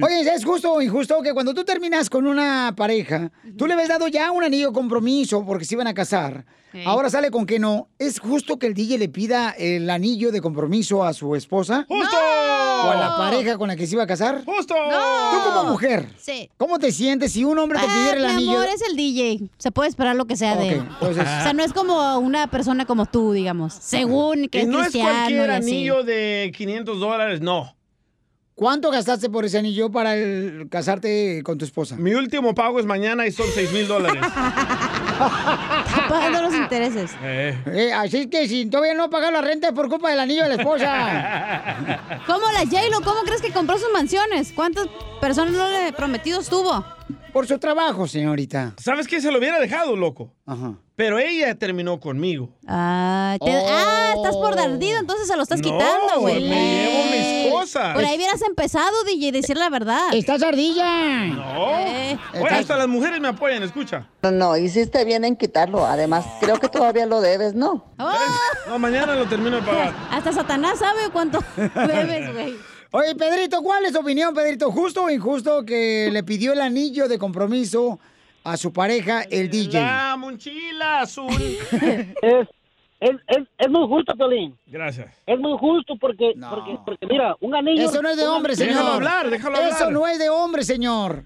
Oye, ¿es justo o injusto que cuando tú terminas con una pareja, tú le habías dado ya un anillo de compromiso porque se iban a casar? Sí. Ahora sale con que no. ¿Es justo que el DJ le pida el anillo de compromiso a su esposa? ¡Justo! ¿O a la pareja con la que se iba a casar? <laughs> ¡Justo! Tú como mujer, Sí. ¿cómo te sientes si un hombre te Ah, pidiera el mi anillo? amor es el DJ. Se puede esperar lo que sea de él. Ok, entonces- O sea, no es como una persona como tú, digamos. Según que y es no es cristiano cualquier y así. anillo de 500 dólares, no. ¿Cuánto gastaste por ese anillo para el- casarte con tu esposa? Mi último pago es mañana y son 6 mil dólares. <laughs> pagando los intereses. Eh. así es que si todavía no pagar la renta es por culpa del anillo de la esposa. <laughs> ¿Cómo la J-Lo? ¿Cómo crees que compró sus mansiones? ¿Cuántas personas no le prometidos tuvo? Por su trabajo, señorita. ¿Sabes qué? Se lo hubiera dejado, loco. Pero ella terminó conmigo. Ah, te- ah, estás por Oh. dardido, entonces se lo estás No, quitando, güey. me llevo mis Ey. cosas. Por ahí hubieras empezado, DJ, decir la verdad. Estás ardilla. No. Eh. Oye, Oh. hasta las mujeres me apoyan, escucha. No, no, hiciste bien en quitarlo. Además, creo que todavía lo debes, ¿no? Oh. Eh, No, mañana lo termino de pagar. <laughs> Hasta Satanás sabe <laughs> cuánto bebes, <laughs> güey. Oye, Pedrito, ¿cuál es tu opinión, Pedrito? ¿Justo o injusto que le pidió el anillo de compromiso a su pareja, el DJ? La mochila azul. es, es, es, es muy justo, Piolín. Gracias. Es muy justo porque, porque, porque mira, un anillo... Eso no es de un- hombre, señor. Eso no es de hombre, señor.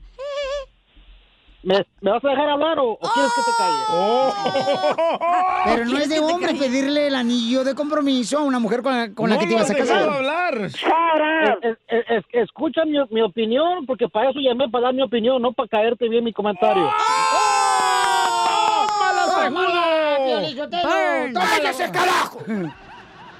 ¿Me, me vas a dejar hablar o, o quieres que te calle? Oh. Pero no es de hombre pedirle el anillo de compromiso a una mujer con la, con la que te ibas a casar. Es- es- Eh, es- escucha mi, mi opinión, porque para eso llamé, para dar mi opinión, no para caerte bien mi comentario. Burn. carajo!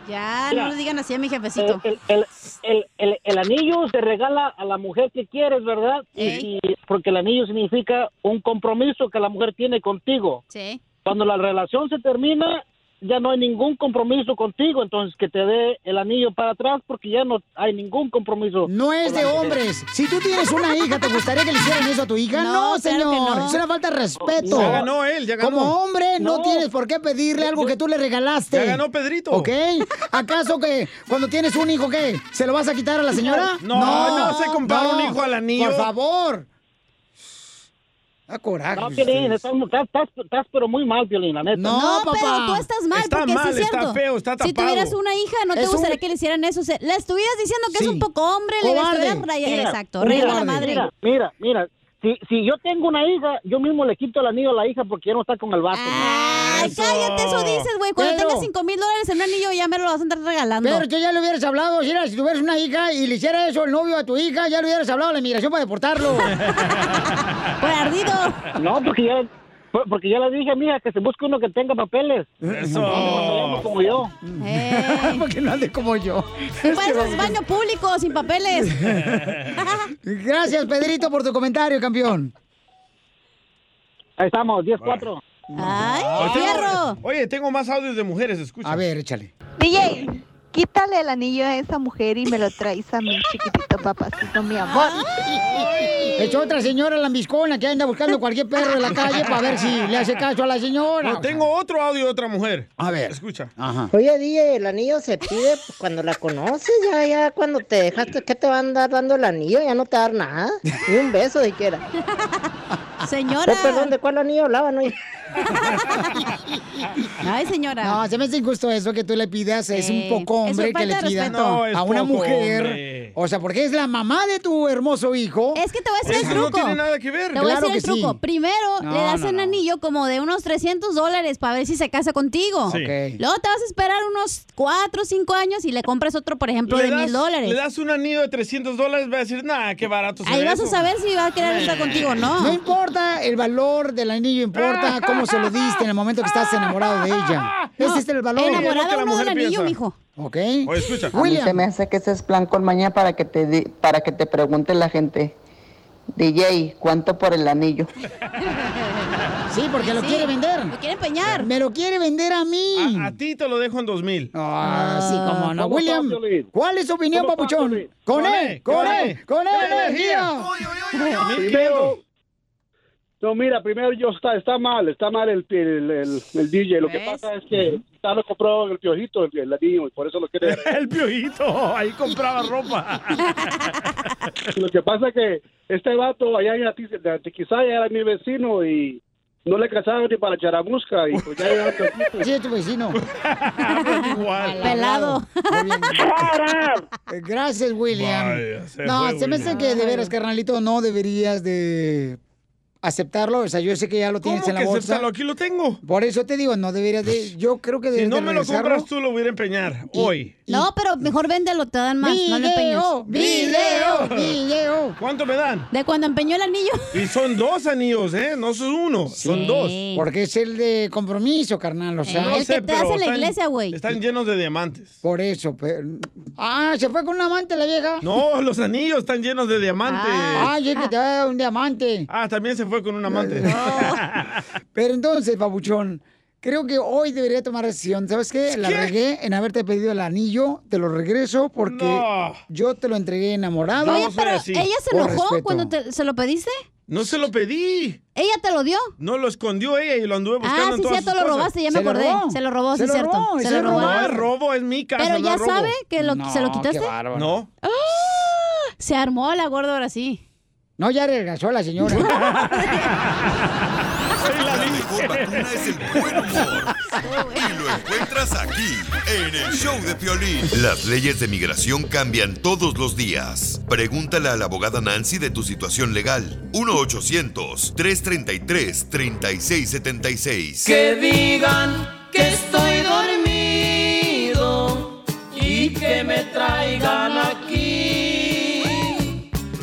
Ya, Mira. eh, no le digan así a mi jefecito. El, el- el- el- el- el anillo se regala a la mujer que quieres, ¿verdad? Eh, Y- Ey. y- porque el anillo significa un compromiso que la mujer tiene contigo. Sí. Cuando la relación se termina, ya no hay ningún compromiso contigo, entonces que te dé el anillo para atrás porque ya no hay ningún compromiso. No es de hombres. Si tú tienes una hija, ¿te gustaría que le hicieran eso a tu hija? No, No, señor. claro que no. Es una falta de respeto. Ya ganó él, ya ganó. Como hombre, no, No. tienes por qué pedirle algo que tú le regalaste. Ya ganó Pedrito. ¿Ok? ¿Acaso que cuando tienes un hijo, qué? ¿Se lo vas a quitar a la señora? No, no se compara no. un hijo al anillo. Por favor. Ah, Da coraje. No, Piolín, estás, estás- estás pero muy mal, Piolín, la neta. No, pero tú estás mal, porque sí es cierto. Si tuvieras una hija, no te Es un- gustaría que le hicieran eso. Se- le estuvieras diciendo que es un poco hombre, Cobarde. le estuvieras rayando. Mira, Exacto, mira, rayando la madre. Mira, mira, mira. Si, si yo tengo una hija, yo mismo le quito el anillo a la hija porque ya no está con el vato. Ay, cállate, eso dices, güey. Cuando tengas 5 mil dólares en un anillo, ya me lo vas a andar regalando. Pero tú ya le hubieras hablado, si, era- si tuvieras una hija y le hiciera eso el novio a tu hija, ya le hubieras hablado a la inmigración <laughs> para deportarlo. Por ardido. <laughs> No, porque ya, por- porque ya le dije a mi hija que se busque uno que tenga papeles. Eso. Como yo. <laughs> porque no ande como yo. Tú pareces baño público, sin papeles. <laughs> Gracias, Pedrito, por tu comentario, campeón. Ahí estamos, 10-4. Oye, tengo- Oye, tengo más audios de mujeres, escucha. A ver, échale. DJ, quítale el anillo a esa mujer y me lo traes a mi chiquitito papacito, mi amor. Es otra señora lambiscona que anda buscando cualquier perro en la calle para ver si le hace caso a la señora. No, tengo otro audio de otra mujer. A ver. Escucha. Oye, DJ, el anillo se pide pues, cuando la conoces, ya, ya, cuando te dejaste, ¿qué te van a andar dando el anillo? Ya no te va a dar nada, ni un beso siquiera. <laughs> Señora. Oh, perdón, ¿de cuál anillo hablaba, no? Ay, señora. No, se me hace injusto eso que tú le pidas. Es un Sí. poco Es hombre que falta le de pidan respeto. No, es a una poco mujer. hombre. O sea, porque es la mamá de tu hermoso hijo. Es que te voy a decir el truco. Te voy Claro a que decir el truco. sí. Primero No, le das no, un anillo como de unos 300 dólares para ver si se casa contigo. Sí. Ok. Luego te vas a esperar unos 4 o 5 años y le compras otro, por ejemplo, de mil Le dólares. das un anillo de 300 dólares, va a decir, nah, qué barato. se Ahí ve vas a eso". saber si va a querer estar contigo o no. No importa el valor del anillo, importa cómo se lo diste en el momento que estás enamorado de ella. No, Ese es el valor. enamorado uno del anillo, mijo. Ok. Oye, escucha. A mí se me hace que ese es plan con maña para que te di- para que te pregunte la gente. DJ, ¿cuánto por el anillo? Sí, porque lo Sí, quiere vender. Lo quiere empeñar. Me lo quiere vender a mí. A, a ti te lo dejo en 2000. Ah, sí, cómo no. William, ¿cuál es su opinión, papuchón? Con él, con él, con él, energía. Primero, No, mira, primero yo está, está mal, está mal el, el, el- el DJ. Lo que ¿Ves? pasa es que ya lo compró el piojito, el, el anillo, y por eso lo quiere. <laughs> el piojito, ahí compraba ropa. <laughs> Lo que pasa es que este vato allá en Ati- de Atiquizaya era mi vecino y no le casaron ni para charamusca. Y pues ya llegaron aquí. Sí, tu <laughs> vecino. Igual. Pelado. Eh, Gracias, William. Vaya, se no, fue, se me hace William. que de veras, carnalito, no deberías de aceptarlo. O sea, yo sé que ya lo tienes en la que bolsa. aceptarlo? Aquí lo tengo. Pues, Por eso te digo, no deberías de. Yo creo que Si deberías no de me lo regresarlo. compras tú, lo voy a ir a empeñar hoy. No, pero mejor véndelo, te dan más. no lo empeñes. Video, video, video. ¿Cuánto me dan? De cuando empeñó el anillo. Y son dos anillos, ¿eh? No son uno, son dos. Porque es el de compromiso, carnal. O Eh, sea, No sé, pero están- güey. Están llenos de diamantes. Por eso, pero... Ah, se fue con un amante la vieja. No, los anillos están llenos de diamantes. Ah, yo que te da un diamante. Ah, también se fue con un amante. Pero entonces, babuchón, creo que hoy debería tomar decisión. ¿Sabes qué? La ¿Qué? regué en haberte pedido el anillo, te lo regreso porque No. yo te lo entregué enamorado. Oye, pero ella se Por enojó respeto. cuando te- se lo pediste. No se lo pedí. ¿Ella te lo dio? No lo escondió ella y lo anduve buscando Ah, en sí, todas cierto, sus lo cosas. robaste, ya me acordé. Se lo robó, sí, es cierto. se lo robó. No es robo, es mi casa. Pero no ya es robo. sabe que lo- se lo quitaste. No. ¡Ah! Se armó la gorda ahora sí. No, ya regresó la <laughs> señora. La mejor vacuna es el buen humor. Y lo encuentras aquí, en el show de Piolín. Las leyes de migración cambian todos los días. Pregúntale a la abogada Nancy de tu situación legal. 1-800-333-3676. Que digan que estoy dormido y que me traigan aquí.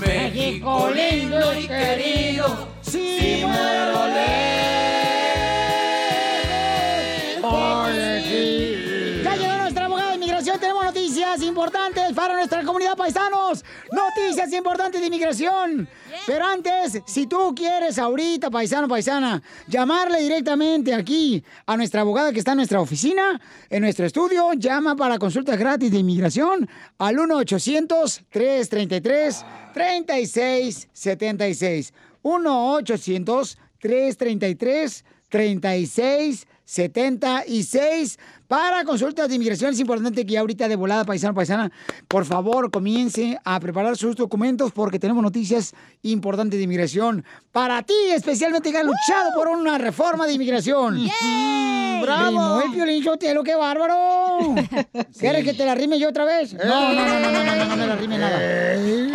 México lindo y querido, si muero lejos de ti. Ya llegó nuestra abogada de inmigración. Tenemos noticias importantes para nuestra comunidad paisanos. Noticias importantes de inmigración. Pero antes, si tú quieres ahorita, paisano, paisana, llamarle directamente aquí a nuestra abogada que está en nuestra oficina, en nuestro estudio, llama para consultas gratis de inmigración al 1-800-333-3676. 1-800-333-3676 para consultas de inmigración. Es importante que ya ahorita de volada, paisano, paisana, por favor, comience a preparar sus documentos porque tenemos noticias importantes de inmigración. Para ti, especialmente que has luchado por una reforma de <laughs> inmigración. Mm, ¡Bravo! el Piolín Sotelo, qué bárbaro! <laughs> ¿Quieres que te la rime yo otra vez? No, no, no, no, no, no, no, no me la rime nada.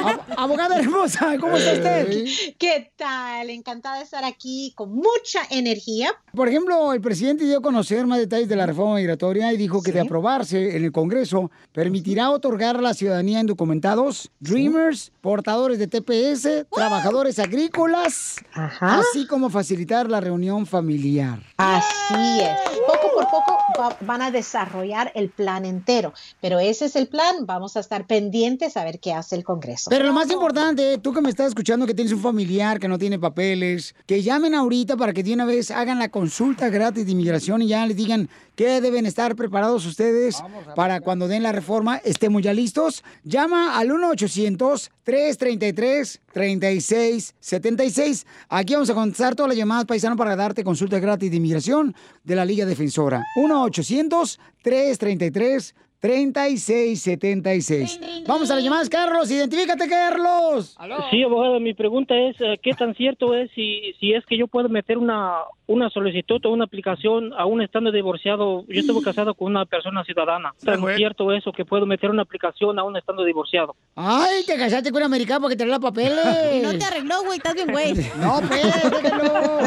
Ab- Abogada hermosa, ¿cómo está usted? ¿Qué tal? Encantada de estar aquí con mucha energía. Por ejemplo, el presidente dio a conocer más detalles de la reforma migratoria y dijo que de aprobarse en el Congreso permitirá otorgar a la ciudadanía a indocumentados, dreamers, portadores de TPS, trabajadores agrícolas, así como facilitar la reunión familiar. Así es. Poco por poco va- van a desarrollar el plan entero, pero ese es el plan. Vamos a estar pendientes a ver qué hace el Congreso. Pero <laughs> lo más importante, tú que me estás escuchando que tienes un familiar que no tiene papeles, que llamen ahorita para que de una vez hagan la consulta gratis de inmigración y ya les digan que deben estar preparados ustedes para cuando den la reforma estemos ya listos. Llama al 1-800-333-3676. Aquí vamos a contestar todas las llamadas paisano para darte consulta gratis de inmigración de la Liga Defensora. 1-800-333-3676. 3676. Vamos a las llamadas, Carlos. Identifícate, Carlos. Sí, abogado, mi pregunta es, eh, ¿qué tan cierto es si, si es que yo puedo meter una, una solicitud o una aplicación aún estando divorciado? Yo estuve casado con una persona ciudadana. ¿Tan cierto eso que puedo meter una aplicación aún estando divorciado? Ay, te casaste con un americano porque trae los papeles. <laughs> Y no te arregló, güey. Estás bien, <laughs> güey. No, pues, déjalo.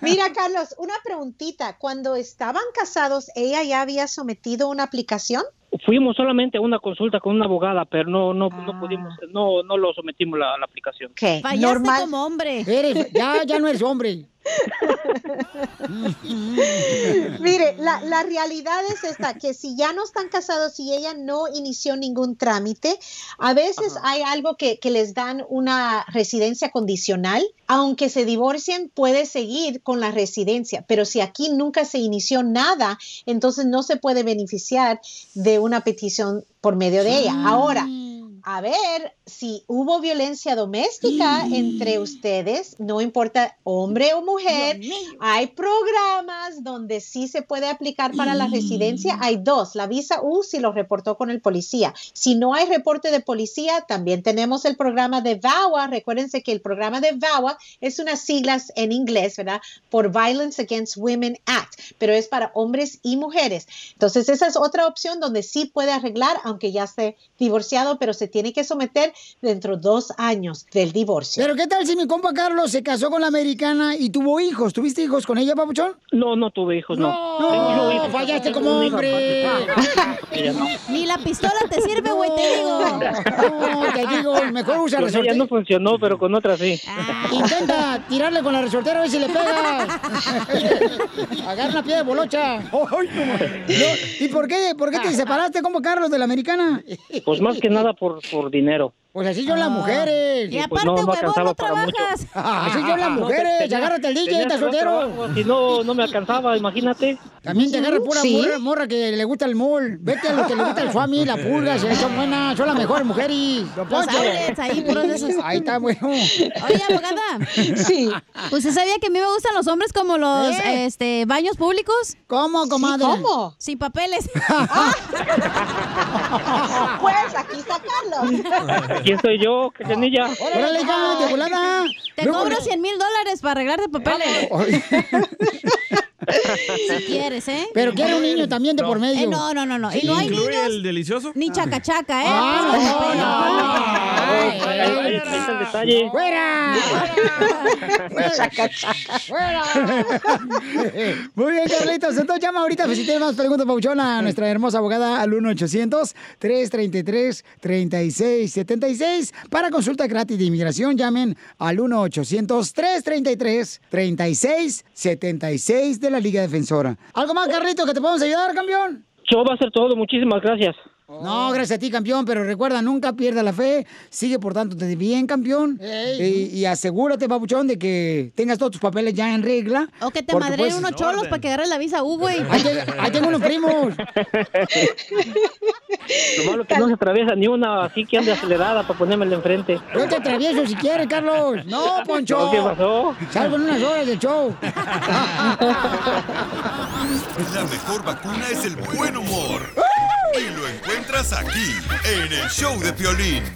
Mira, Carlos, una preguntita. Cuando estaban casados, ¿ella ya había sometido una aplicación? Fuimos solamente a una consulta con una abogada, pero no no, no pudimos, no no lo sometimos la, la aplicación. Fallaste Normal. como hombre. Eres, ya, ya no eres hombre. Mire, la, la realidad es esta, que si ya no están casados y ella no inició ningún trámite, a veces hay algo que, que les dan una residencia condicional. Aunque se divorcien, puede seguir con la residencia, pero si aquí nunca se inició nada, entonces no se puede beneficiar de una petición por medio de ella. Ahora, a ver si hubo violencia doméstica entre ustedes, no importa hombre o mujer, hay programas donde sí se puede aplicar para la residencia, hay dos, la visa U si lo reportó con el policía. Si no hay reporte de policía, también tenemos el programa de VAWA, recuérdense que el programa de VAWA es unas siglas en inglés, ¿verdad? Por Violence Against Women Act, pero es para hombres y mujeres. Entonces, esa es otra opción donde sí puede arreglar, aunque ya esté divorciado, pero se tiene que someter dentro dos años del divorcio. Pero ¿qué tal si mi compa Carlos se casó con la americana y tuvo hijos? ¿Tuviste hijos con ella, papuchón? No, no tuve hijos, no. Tengo yo No, hijos. fallaste Tengo como un hijo, hombre. Ella no. Ni la pistola te sirve, güey, te digo. No, <laughs> te digo, mejor usa Ah. Con ella resorte. no funcionó, pero con otra sí. Intenta tirarle con la resortera a ver si <laughs> le pegas. Agarra una piedra de bolocha. No, ¿Y por qué, por qué Ah, te separaste como Carlos de la americana? Pues más que nada por, por dinero. Pues así son las mujeres. Ah. Y pues no, no alcanzaba para mucho. <laughs> Así son las No, mujeres. tenía- Agárrate el DJ, tenía estás otro soltero. trabajo, Si no, no me alcanzaba, imagínate. También te agarra pura Sí. morra, morra que le gusta el mall. Vete a lo que le gusta el suami, la pulga, si son buenas, son las mejores mujeres. Don Los Poncho. outlets, ahí, puros de esos. Ahí está, bueno. Oye, abogada. Sí. Ah. ¿Usted sabía que a mí me gustan los hombres como los ¿Eh? este, baños públicos? ¿Cómo, comadre? ¿cómo? Sin <laughs> papeles. Pues aquí está Carlos. ¿Quién soy yo? ¿Qué tenía? ¡Órale, hija, de volada! Te cobro 100 mil dólares para arreglarte papeles. si quieres, ¿eh? Pero quiere un niño también de por medio. Eh, no, no, no, no. Y Sí, no hay ¿Incluye niños el delicioso? ni chacachaca, ¿eh? Ah, Ahí está el detalle. ¡Fuera! ¡Fuera! Muy bien, Carlitos. Entonces llama ahorita pues, si tienes más preguntas, Pauchón, a nuestra hermosa abogada al 1-800-333-3676. Para consulta gratis de inmigración, llamen al 1-800-333-3676 de la Liga Defensora. ¿Algo más, Carlitos, que te podemos ayudar, campeón? Yo va a ser todo, muchísimas gracias. No, gracias a ti, campeón, pero recuerda, nunca pierdas la fe, sigue portándote bien, campeón, Ey. y, y asegúrate, papuchón, de que tengas todos tus papeles ya en regla. O que te porque, madreen pues, unos cholos para que agarres la visa U, güey. Ahí te- ahí tengo unos primos. Lo malo que no se atraviesa ni una, así que ande acelerada para ponérmela enfrente. Yo te atravieso si quieres, Carlos. No, Poncho. No, ¿Qué pasó? Salgo en unas horas <laughs> del show. La mejor vacuna es el buen humor. Y lo encuentras aquí, en el show de Piolín.